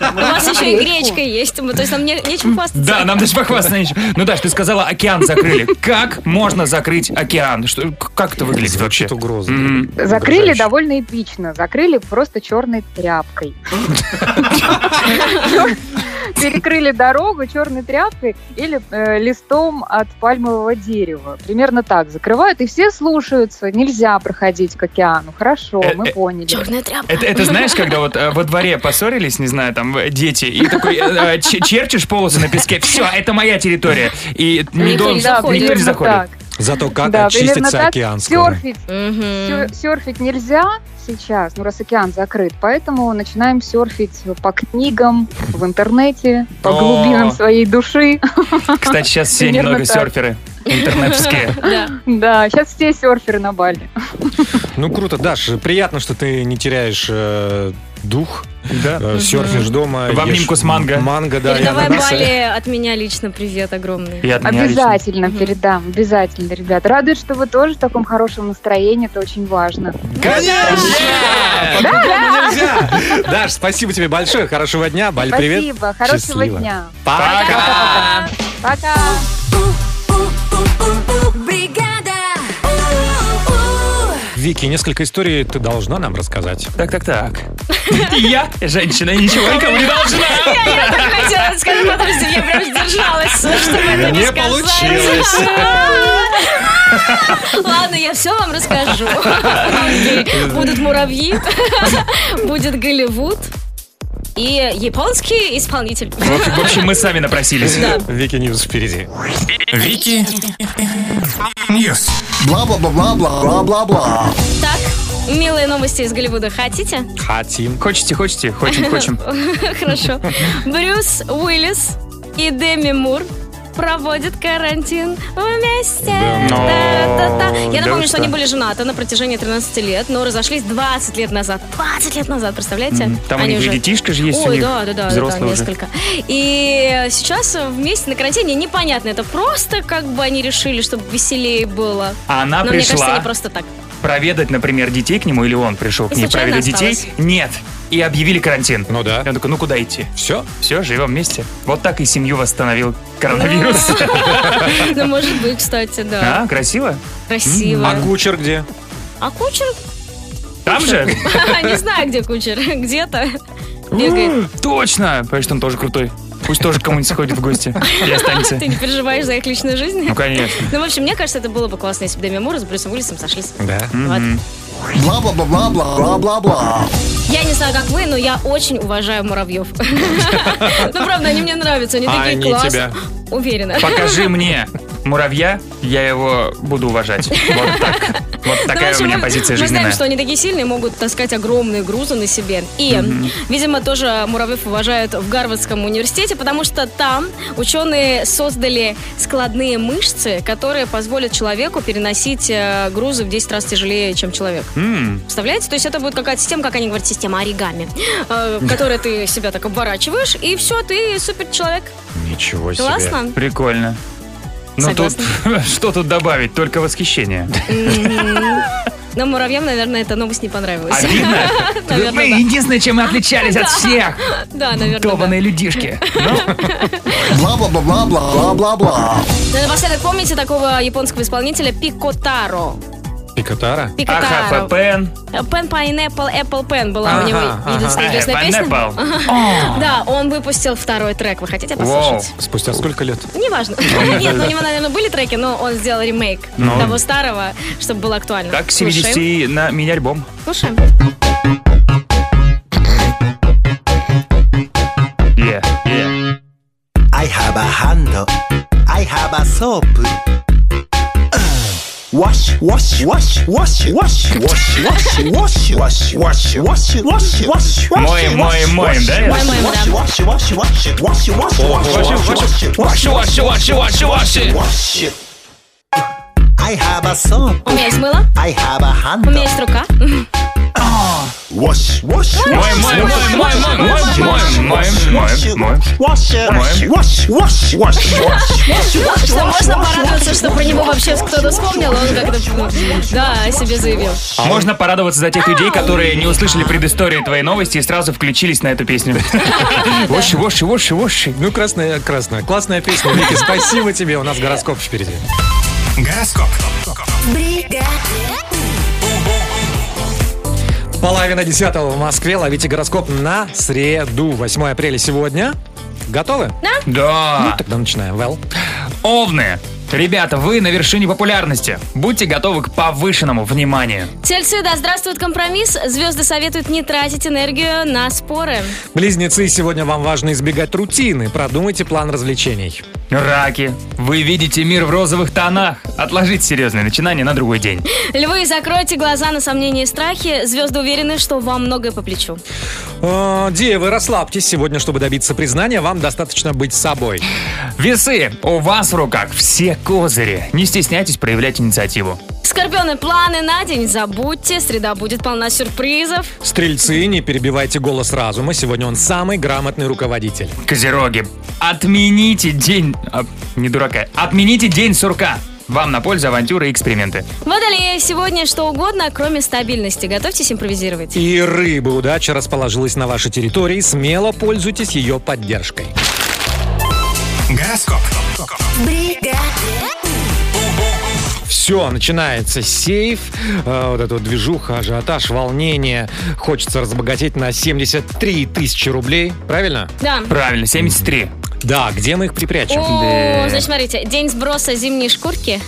S4: У вас еще и гречка есть, мы- то есть нам не- нечем хвастаться.
S3: Да, нам даже похвастаться нечем. Ну, Даш, ты сказала, океан закрыли. Как можно закрыть океан? Что, к- как это выглядит вообще?
S2: угроза.
S20: Закрыли довольно эпично, закрыли просто черной тряпкой. перекрыли дорогу черной тряпкой или э, листом от пальмового дерева. Примерно так закрывают, и все слушаются. Нельзя проходить к океану. Хорошо,
S3: Э,
S20: мы
S3: э,
S20: поняли. Черная
S4: тряпка.
S3: Это, это знаешь, когда вот э, во дворе поссорились, не знаю, там э, дети, и такой э, э, ч- черчишь полосы на песке, все, это моя территория. И не
S20: Никто не
S3: должен-
S20: заходит.
S3: никто не заходит.
S20: Так.
S2: Зато как
S20: да, примерно
S2: очистится
S20: так.
S2: океан скоро.
S20: Серфить, сер- серфить нельзя сейчас, ну раз океан закрыт, поэтому начинаем серфить по книгам, в интернете, по
S3: О.
S20: глубинам своей души.
S3: Кстати, сейчас все
S20: Примерно
S3: немного
S20: так.
S3: серферы интернетские.
S20: Да, сейчас все серферы на Бали.
S2: Ну круто, Даш, приятно, что ты не теряешь э, дух. Э, серфишь дома.
S3: В обнимку
S2: ешь
S3: с манго.
S2: Манго, да. и
S4: Передавай
S2: ананасы.
S4: Бали от меня лично привет огромный.
S20: Обязательно передам, обязательно, ребят. Радует, что вы тоже в таком хорошем настроении, это очень важно.
S2: Конечно!
S20: Да, да.
S2: По-другому нельзя. Даш, спасибо тебе большое, хорошего дня, Баль, привет.
S20: Спасибо, хорошего
S2: Счастливо.
S20: дня.
S2: Пока.
S20: Пока.
S2: Вики, несколько историй ты должна нам рассказать.
S3: Так, так, так. Я, женщина, ничего никому не должна.
S4: Я, я так хотела сказать, подожди, я прям сдержалась, чтобы это не,
S2: Не
S4: сказать.
S2: получилось.
S4: Ладно, я все вам расскажу. Будут муравьи, будет Голливуд и японский исполнитель.
S3: В общем- в общем, мы сами напросились.
S4: Да.
S2: Вики Ньюс впереди.
S15: Вики Ньюс.
S3: Бла-бла-бла-бла-бла-бла-бла.
S4: Так, милые новости из Голливуда хотите?
S2: Хотим.
S3: Хочете, хочете, хочем, хочем.
S4: Хорошо. Брюс Уиллис и Деми Мур проводят карантин вместе.
S3: но-
S4: Да-да-да. Я
S3: да
S4: напомню,
S3: вы что?
S4: что они были женаты на протяжении 13 лет, но разошлись 20 лет назад. 20 лет назад, представляете?
S3: М, Там у
S4: Они
S3: них и
S4: уже-
S3: детишка же есть у
S4: Ой,
S3: них.
S4: да, да, да, да,
S3: взрослые уже.
S4: несколько. И сейчас вместе на карантине непонятно, это просто как бы они решили, чтобы веселее было.
S3: А она
S4: Но мне
S3: пришла.
S4: кажется, не просто так.
S3: проведать, например, детей к нему, или он пришел
S4: И
S3: к ней
S4: случайно
S3: проведать детей.
S4: осталось.
S3: Нет. И объявили карантин.
S2: Ну да.
S3: И он такой, ну куда идти?
S2: Все.
S3: Все, живем вместе. Вот так и семью восстановил коронавирус.
S4: Ну, может быть, кстати, да.
S3: А, красиво?
S4: Красиво.
S2: А кучер где?
S4: А кучер?
S3: Там же?
S4: Не знаю, где кучер. Где-то. Бегает.
S3: Точно! Потому что он тоже крутой. Пусть тоже к кому-нибудь сходит в гости и останется.
S4: Ты не переживаешь за их личную жизнь?
S3: Ну, конечно.
S4: Ну, в общем, мне кажется, это было бы классно, если бы Дэми Мур с Брюсом Уиллисом сошлись.
S2: Да.
S15: Бла-бла-бла-бла-бла-бла-бла.
S4: Я не знаю, как вы, но я очень уважаю муравьев. Ну, правда, они мне нравятся. Они
S3: А
S4: такие
S3: они тебя?
S4: классные. Уверена.
S3: Покажи мне муравья, я его буду уважать. Вот так. Вот
S4: Ну, в
S3: такая у
S4: общем,
S3: меня
S4: мы-
S3: позиция
S4: Мы знаем,
S3: жизненная.
S4: что они такие сильные, могут таскать огромные грузы на себе. И,
S3: Мгм.
S4: видимо, тоже муравьев уважают в Гарвардском университете, потому что там ученые создали складные мышцы, которые позволят человеку переносить э, грузы в 10 раз тяжелее, чем человек.
S3: М.
S4: Представляете? То есть это будет какая-то система, как они говорят, система оригами, э, в которой ты себя так обворачиваешь, и все, ты супер человек.
S2: Ничего
S4: себе. Классно.
S3: Прикольно. Ну тут, что тут добавить, только восхищение.
S4: Но муравьям, наверное, эта новость не понравилась.
S3: Обидно?
S4: Наверное,
S3: Мы
S4: да.
S3: единственное, чем мы отличались от
S4: Да.
S3: всех.
S4: Да, наверное, да.
S3: Тованные людишки.
S15: Бла-бла-бла-бла-бла-бла-бла.
S4: Да, Напоследок, помните такого японского исполнителя Пикотаро?
S2: Пикотара?
S3: А,
S4: Пикотаро. Pen Pineapple Apple Pen была
S2: Ага,
S4: у него
S2: ага.
S4: единственная
S2: Э,
S4: известная песня.
S2: Pineapple.
S4: Ага. Да, он выпустил второй трек. Вы хотите
S2: Вау.
S4: послушать?
S2: Спустя сколько лет?
S4: Неважно. Нет, ну, у него, наверное, были треки, но он сделал ремейк
S3: Ну.
S4: того старого, чтобы было актуально.
S3: Как
S4: Слушаем.
S3: 70 на мини-альбом.
S4: Слушаем.
S3: Yeah, yeah.
S15: I have a hand. I have a soap. Wash, wash, wash, wash, wash, wash, wash, wash, wash, wash, wash, wash, wash, wash.
S3: Моем, моем, моем, да?
S15: Wash, wash, wash, wash, wash, wash, wash, wash, wash, wash, wash, wash, wash, wash, wash. I have a soap.
S4: У меня есть мыло,
S15: I have a hand.
S4: у меня есть рука.
S15: Wash, wash, wash,
S3: Моем, моем,
S15: wash,
S3: моем,
S15: wash,
S3: моем,
S15: wash,
S3: моем,
S15: wash,
S3: моем,
S15: wash,
S3: моем, моем, моем.
S15: wash, wash, wash, wash, wash, wash, wash.
S4: Что можно порадоваться, что про него вообще кто-то вспомнил, он как-то, ну, да, о себе заявил.
S3: А Можно порадоваться за тех людей, которые не услышали предыстории твоей новости и сразу включились на эту песню.
S20: А,
S3: Воши, воши, воши, воши.
S2: Ну, красная, красная. Классная песня, Вики. Спасибо тебе. У нас гороскоп впереди.
S15: Гороскоп.
S2: Половина десятого в Москве. Ловите гороскоп на среду. 8 апреля сегодня. Готовы?
S4: Да.
S3: Да.
S2: Ну, тогда начинаем. Вэл.
S3: Овны. Ребята, вы на вершине популярности. Будьте готовы к повышенному вниманию.
S4: Тельцы, да здравствует компромисс. Звезды советуют не тратить энергию на споры.
S2: Близнецы, сегодня вам важно избегать рутины. Продумайте план развлечений.
S3: Раки. Вы видите мир в розовых тонах. Отложите серьезное начинание на другой день.
S4: Львы, закройте глаза на сомнения и страхи. Звезды уверены, что вам многое по плечу.
S2: Э, Девы, расслабьтесь. Сегодня, чтобы добиться признания, вам достаточно быть собой.
S3: Весы. У вас в руках все козыри. Не стесняйтесь проявлять инициативу.
S4: Скорпионы, планы на день забудьте. Среда будет полна сюрпризов.
S2: Стрельцы, не перебивайте голос разума. Сегодня он самый грамотный руководитель.
S3: Козероги. Отмените день... а, не дурака. Отмените день сурка. Вам на пользу авантюры и эксперименты.
S4: Водолеи, сегодня что угодно, кроме стабильности. Готовьтесь импровизировать.
S2: И рыбы, удача расположилась на вашей территории. Смело пользуйтесь ее поддержкой.
S6: Гороскоп.
S2: Все, начинается сейф, э, вот эта вот движуха, ажиотаж, волнение. Хочется разбогатеть на 73 тысячи рублей, правильно?
S4: Да.
S3: Правильно, 73.
S2: Да, где мы их припрячем?
S4: О, значит, смотрите, день сброса зимней шкурки.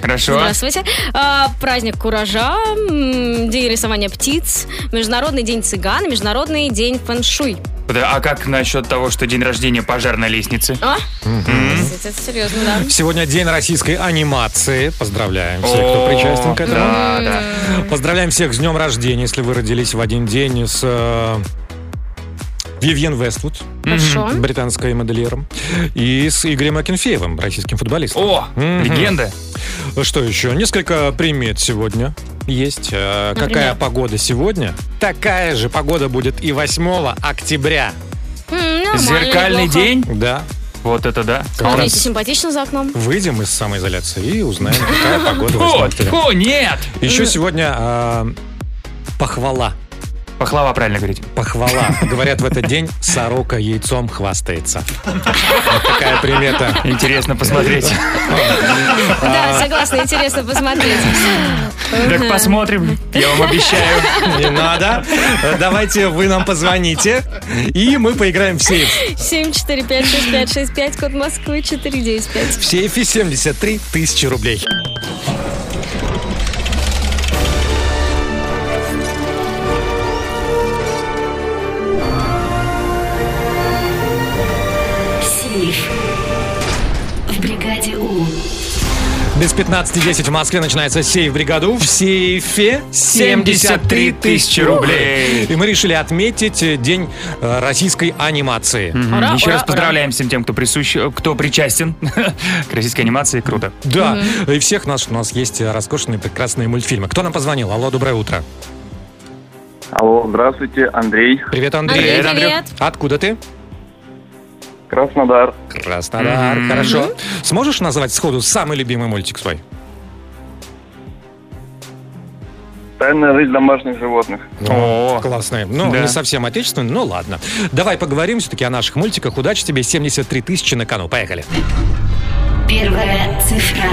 S3: Хорошо.
S4: Здравствуйте. А, праздник куража, м, день рисования птиц, Международный день цыган, Международный день фэншуй.
S3: А как насчет того, что день рождения пожарной лестницы?
S4: А?
S2: Мгм.
S4: Это серьезно, да.
S2: Сегодня день российской анимации. Поздравляем всех, кто причастен к этому.
S3: да,
S2: Поздравляем всех с днем рождения, если вы родились в один день с э, Вивьен Вествуд,
S4: Хорошо.
S2: мгм, британской модельером, и с Игорем Акинфеевым, российским футболистом.
S3: О, легенда.
S2: Ну Что еще? Несколько примет сегодня есть. Э,
S4: Например?
S2: Какая погода сегодня? Такая же погода будет и 8 октября.
S4: М, нормально, неплохо.
S2: Да.
S3: Вот это да.
S4: Смотрите, симпатично за окном.
S2: Выйдем из самоизоляции и узнаем, какая погода
S3: О, о,
S2: возможно.
S3: нет!
S2: Еще сегодня э, похвала.
S3: Пахлава, правильно говорите.
S2: Похвала. Говорят, в этот день сорока яйцом хвастается. Вот такая примета.
S3: Интересно посмотреть.
S2: э,
S4: Да, согласна, интересно посмотреть.
S2: э.
S3: Так посмотрим, я вам обещаю.
S2: Не надо. Э, Давайте вы нам позвоните, и мы поиграем в сейф.
S4: 7 4 5 6 5 6 5 код Москвы 495.
S2: В сейфе 73 тысячи рублей.
S1: Сейф. В бригаде У.
S2: Без 15.10 в Москве начинается сейф бригаду. В сейфе 73 тысячи рублей. И мы решили отметить э, день э, российской анимации.
S3: Мгм. Еще раз поздравляем всем тем, кто присущ, э, кто причастен к российской анимации. Круто.
S2: Да, и всех нас, у нас есть э, роскошные прекрасные мультфильмы. Кто нам позвонил? Алло, доброе утро.
S16: Алло, здравствуйте, Андрей.
S2: Привет, Андрей.
S16: Андрей, привет.
S2: Откуда ты?
S16: Краснодар.
S2: Краснодар,
S16: Мгм.
S2: хорошо. Сможешь назвать сходу самый любимый мультик свой?
S16: Тайная жизнь домашних животных.
S2: О, классный. Ну,
S16: Да.
S2: не совсем отечественный, но ладно. Давай поговорим все-таки о наших мультиках. Удачи тебе, 73 тысячи на кону. Поехали.
S1: Первая цифра.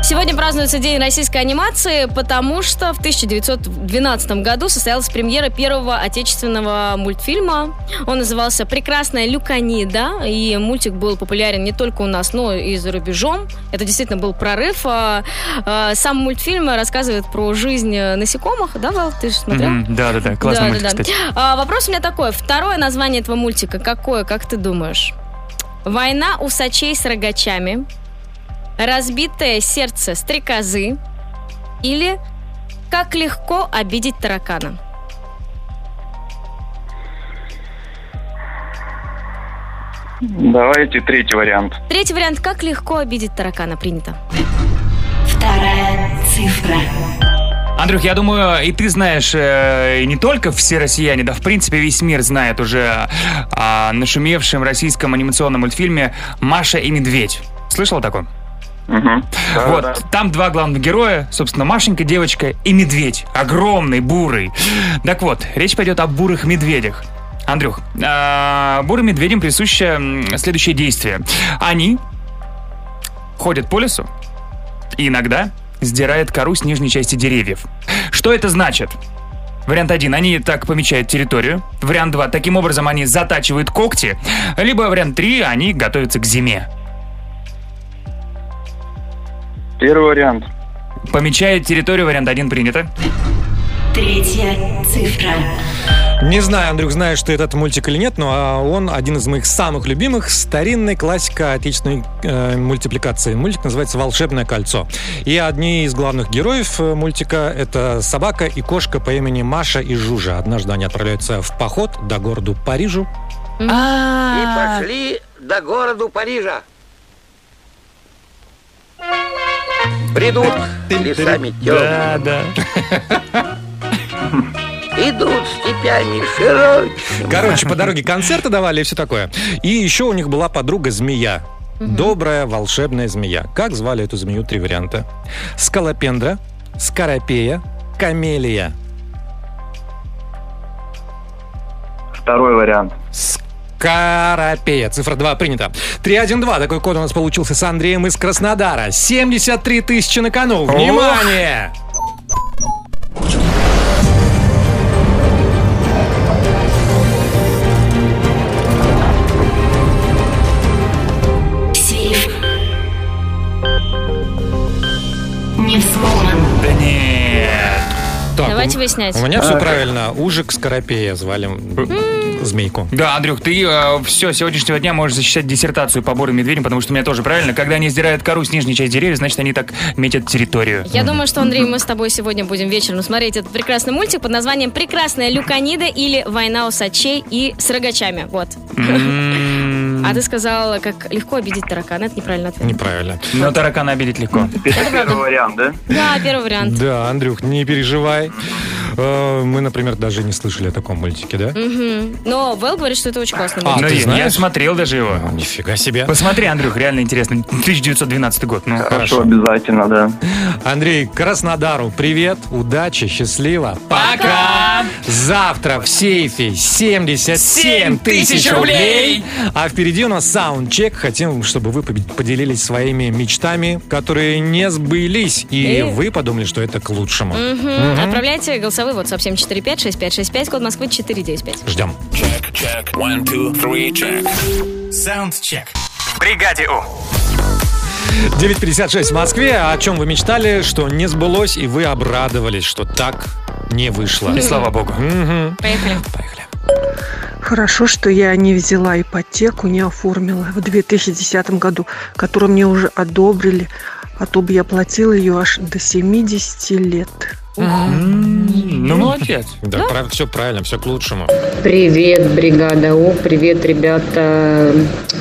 S4: Сегодня празднуется День российской анимации, потому что в 1912 году состоялась премьера первого отечественного мультфильма. Он назывался «Прекрасная Люканида», и мультик был популярен не только у нас, но и за рубежом. Это действительно был прорыв. А, а, Сам мультфильм рассказывает про жизнь насекомых. Да, Вал, ты же смотрел?
S3: Да, да, да. Классный
S4: Да,
S3: мультик,
S4: да, да.
S3: кстати.
S4: А, вопрос у меня такой. Второе название этого мультика какое, как ты думаешь? «Война усачей с рогачами», «Разбитое сердце стрекозы» или «Как легко обидеть таракана».
S16: Давайте третий вариант.
S4: Третий вариант «Как легко обидеть таракана» принято.
S1: Вторая цифра.
S3: Андрюх, я думаю, и ты знаешь, э, и не только все россияне, да, в принципе, весь мир знает уже о нашумевшем российском анимационном мультфильме «Маша и медведь». Слышал о таком? вот, там два главных героя, собственно, Машенька, девочка и медведь. Огромный, бурый. Так вот, речь пойдет о бурых медведях. Андрюх, а, бурым медведям присуще м, следующее действие. Они ходят по лесу и иногда сдирают кору с нижней части деревьев. Что это значит? Вариант один, они так помечают территорию. Вариант два, таким образом они затачивают когти. Либо вариант три, они готовятся к зиме.
S16: Первый вариант.
S3: Помечают территорию, вариант один принято.
S1: Третья цифра.
S2: Не знаю, Андрюх, знаешь ты этот мультик или нет, но а, он один из моих самых любимых. Старинная классика отечественной э, мультипликации. Мультик называется «Волшебное кольцо». И одни из главных героев э, мультика — это собака и кошка по имени Маша и Жужа. Однажды они отправляются в поход до городу Парижу.
S21: И пошли до городу Парижа. Придут лесами
S3: Да,
S21: темными,
S3: да.
S21: идут степями широкими.
S2: Короче, по дороге концерты давали и все такое. И еще у них была подруга змея. Добрая волшебная змея. Как звали эту змею? Три варианта. Скалопендра, Скоропея, Камелия.
S16: Второй вариант.
S2: Карапея. Цифра 2 принята. 312. Такой код у нас получился с Андреем из Краснодара. 73 тысячи на кону. Внимание!
S1: Сейф. Не взломан.
S3: Да нет.
S2: Так,
S4: Давайте
S2: у-
S4: выяснять.
S2: У меня все
S4: Ага.
S2: правильно. Ужик Скоропея звали м, змейку.
S3: Да, Андрюх, ты все, сегодняшнего дня можешь защищать диссертацию по бурым медведям, потому что у меня тоже правильно. Когда они сдирают кору с нижней части деревьев, значит, они так метят территорию.
S4: Я думаю, что, Андрей, мы с тобой сегодня будем вечером смотреть этот прекрасный мультик под названием «Прекрасная люканида» или «Война усачей и с рогачами». Вот. А ты сказала, как легко обидеть таракана. Это неправильный ответ.
S2: Неправильно.
S3: Но таракана обидеть легко.
S16: Первый вариант, да?
S4: Да, первый вариант.
S2: Да, Андрюх, не переживай. Э, Мы, например, даже не слышали о таком мультике, да?
S4: Мгм. Но Вэл говорит, что это очень классный
S2: А,
S4: мультик.
S2: ты
S3: я- я
S2: знаешь?
S3: смотрел даже его.
S2: Нифига себе.
S3: Посмотри, Андрюх, реально интересно. 1912 год. Ну,
S2: Хорошо,
S16: обязательно, да.
S2: Андрей, Краснодару привет, удачи, счастливо. Пока! Завтра в сейфе 77
S3: Семь
S2: тысяч
S3: тысяч
S2: рублей.
S3: рублей.
S2: А впереди у нас саундчек. Хотим, чтобы вы побе- поделились своими мечтами, которые не сбылись. И
S4: Э.
S2: вы подумали, что это к лучшему.
S4: Мгм.
S2: Мгм.
S4: Отправляйте голосовой вот совсем 445-6565, код Москвы 495.
S2: Ждем.
S5: Чек, one, two, three, check.
S6: Саундчек.
S5: Бригаде У.
S2: 9.56 в Москве. А О чем вы мечтали, что не сбылось, и вы обрадовались, что так не вышло.
S3: И слава богу.
S2: Мгм.
S4: Поехали.
S22: Хорошо, что я не взяла ипотеку, не оформила в 2010 году, которую мне уже одобрили, а то бы я платила ее аж до 70 лет.
S3: Ну, молодец.
S2: Да, все правильно, все к лучшему.
S23: Привет, бригада У, привет, ребята.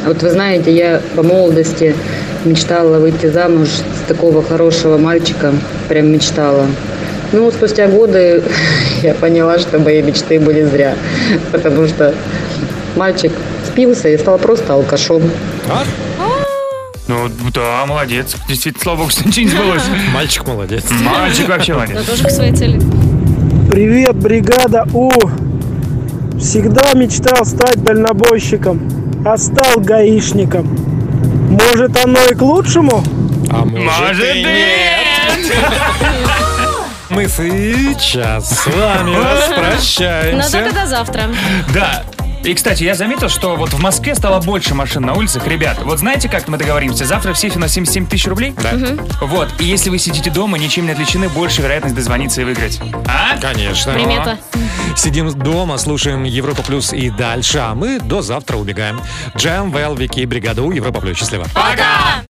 S23: Вот вы знаете, я по молодости мечтала выйти замуж с такого хорошего мальчика, прям мечтала. Ну, вот спустя годы я поняла, что мои мечты были зря, потому что мальчик спился и стал просто алкашом.
S3: Ну, да, молодец. Действительно, слава богу, что ничего не сбылось.
S2: Мальчик молодец.
S3: Мальчик вообще
S4: Но
S3: молодец.
S4: тоже к своей цели.
S24: Привет, бригада У! Всегда мечтал стать дальнобойщиком, а стал гаишником. Может, оно и к лучшему?
S2: А может
S3: и
S2: Мы сейчас с вами
S4: Ну, а так и
S2: распрощаемся.
S4: до завтра.
S3: Да. И, кстати, я заметил, что вот в Москве стало больше машин на улицах. Ребят, вот знаете, как мы договоримся? Завтра в сейфе на 77 тысяч рублей?
S2: Да.
S3: Вот. И если вы сидите дома, ничем не отличены, больше вероятность дозвониться и выиграть. А?
S2: Конечно.
S4: Примета.
S2: Сидим дома, слушаем Европа Плюс и дальше, а мы до завтра убегаем. Джем, Вэл, Вики, Бригада У, Европа Плюс. Счастливо.
S4: Пока!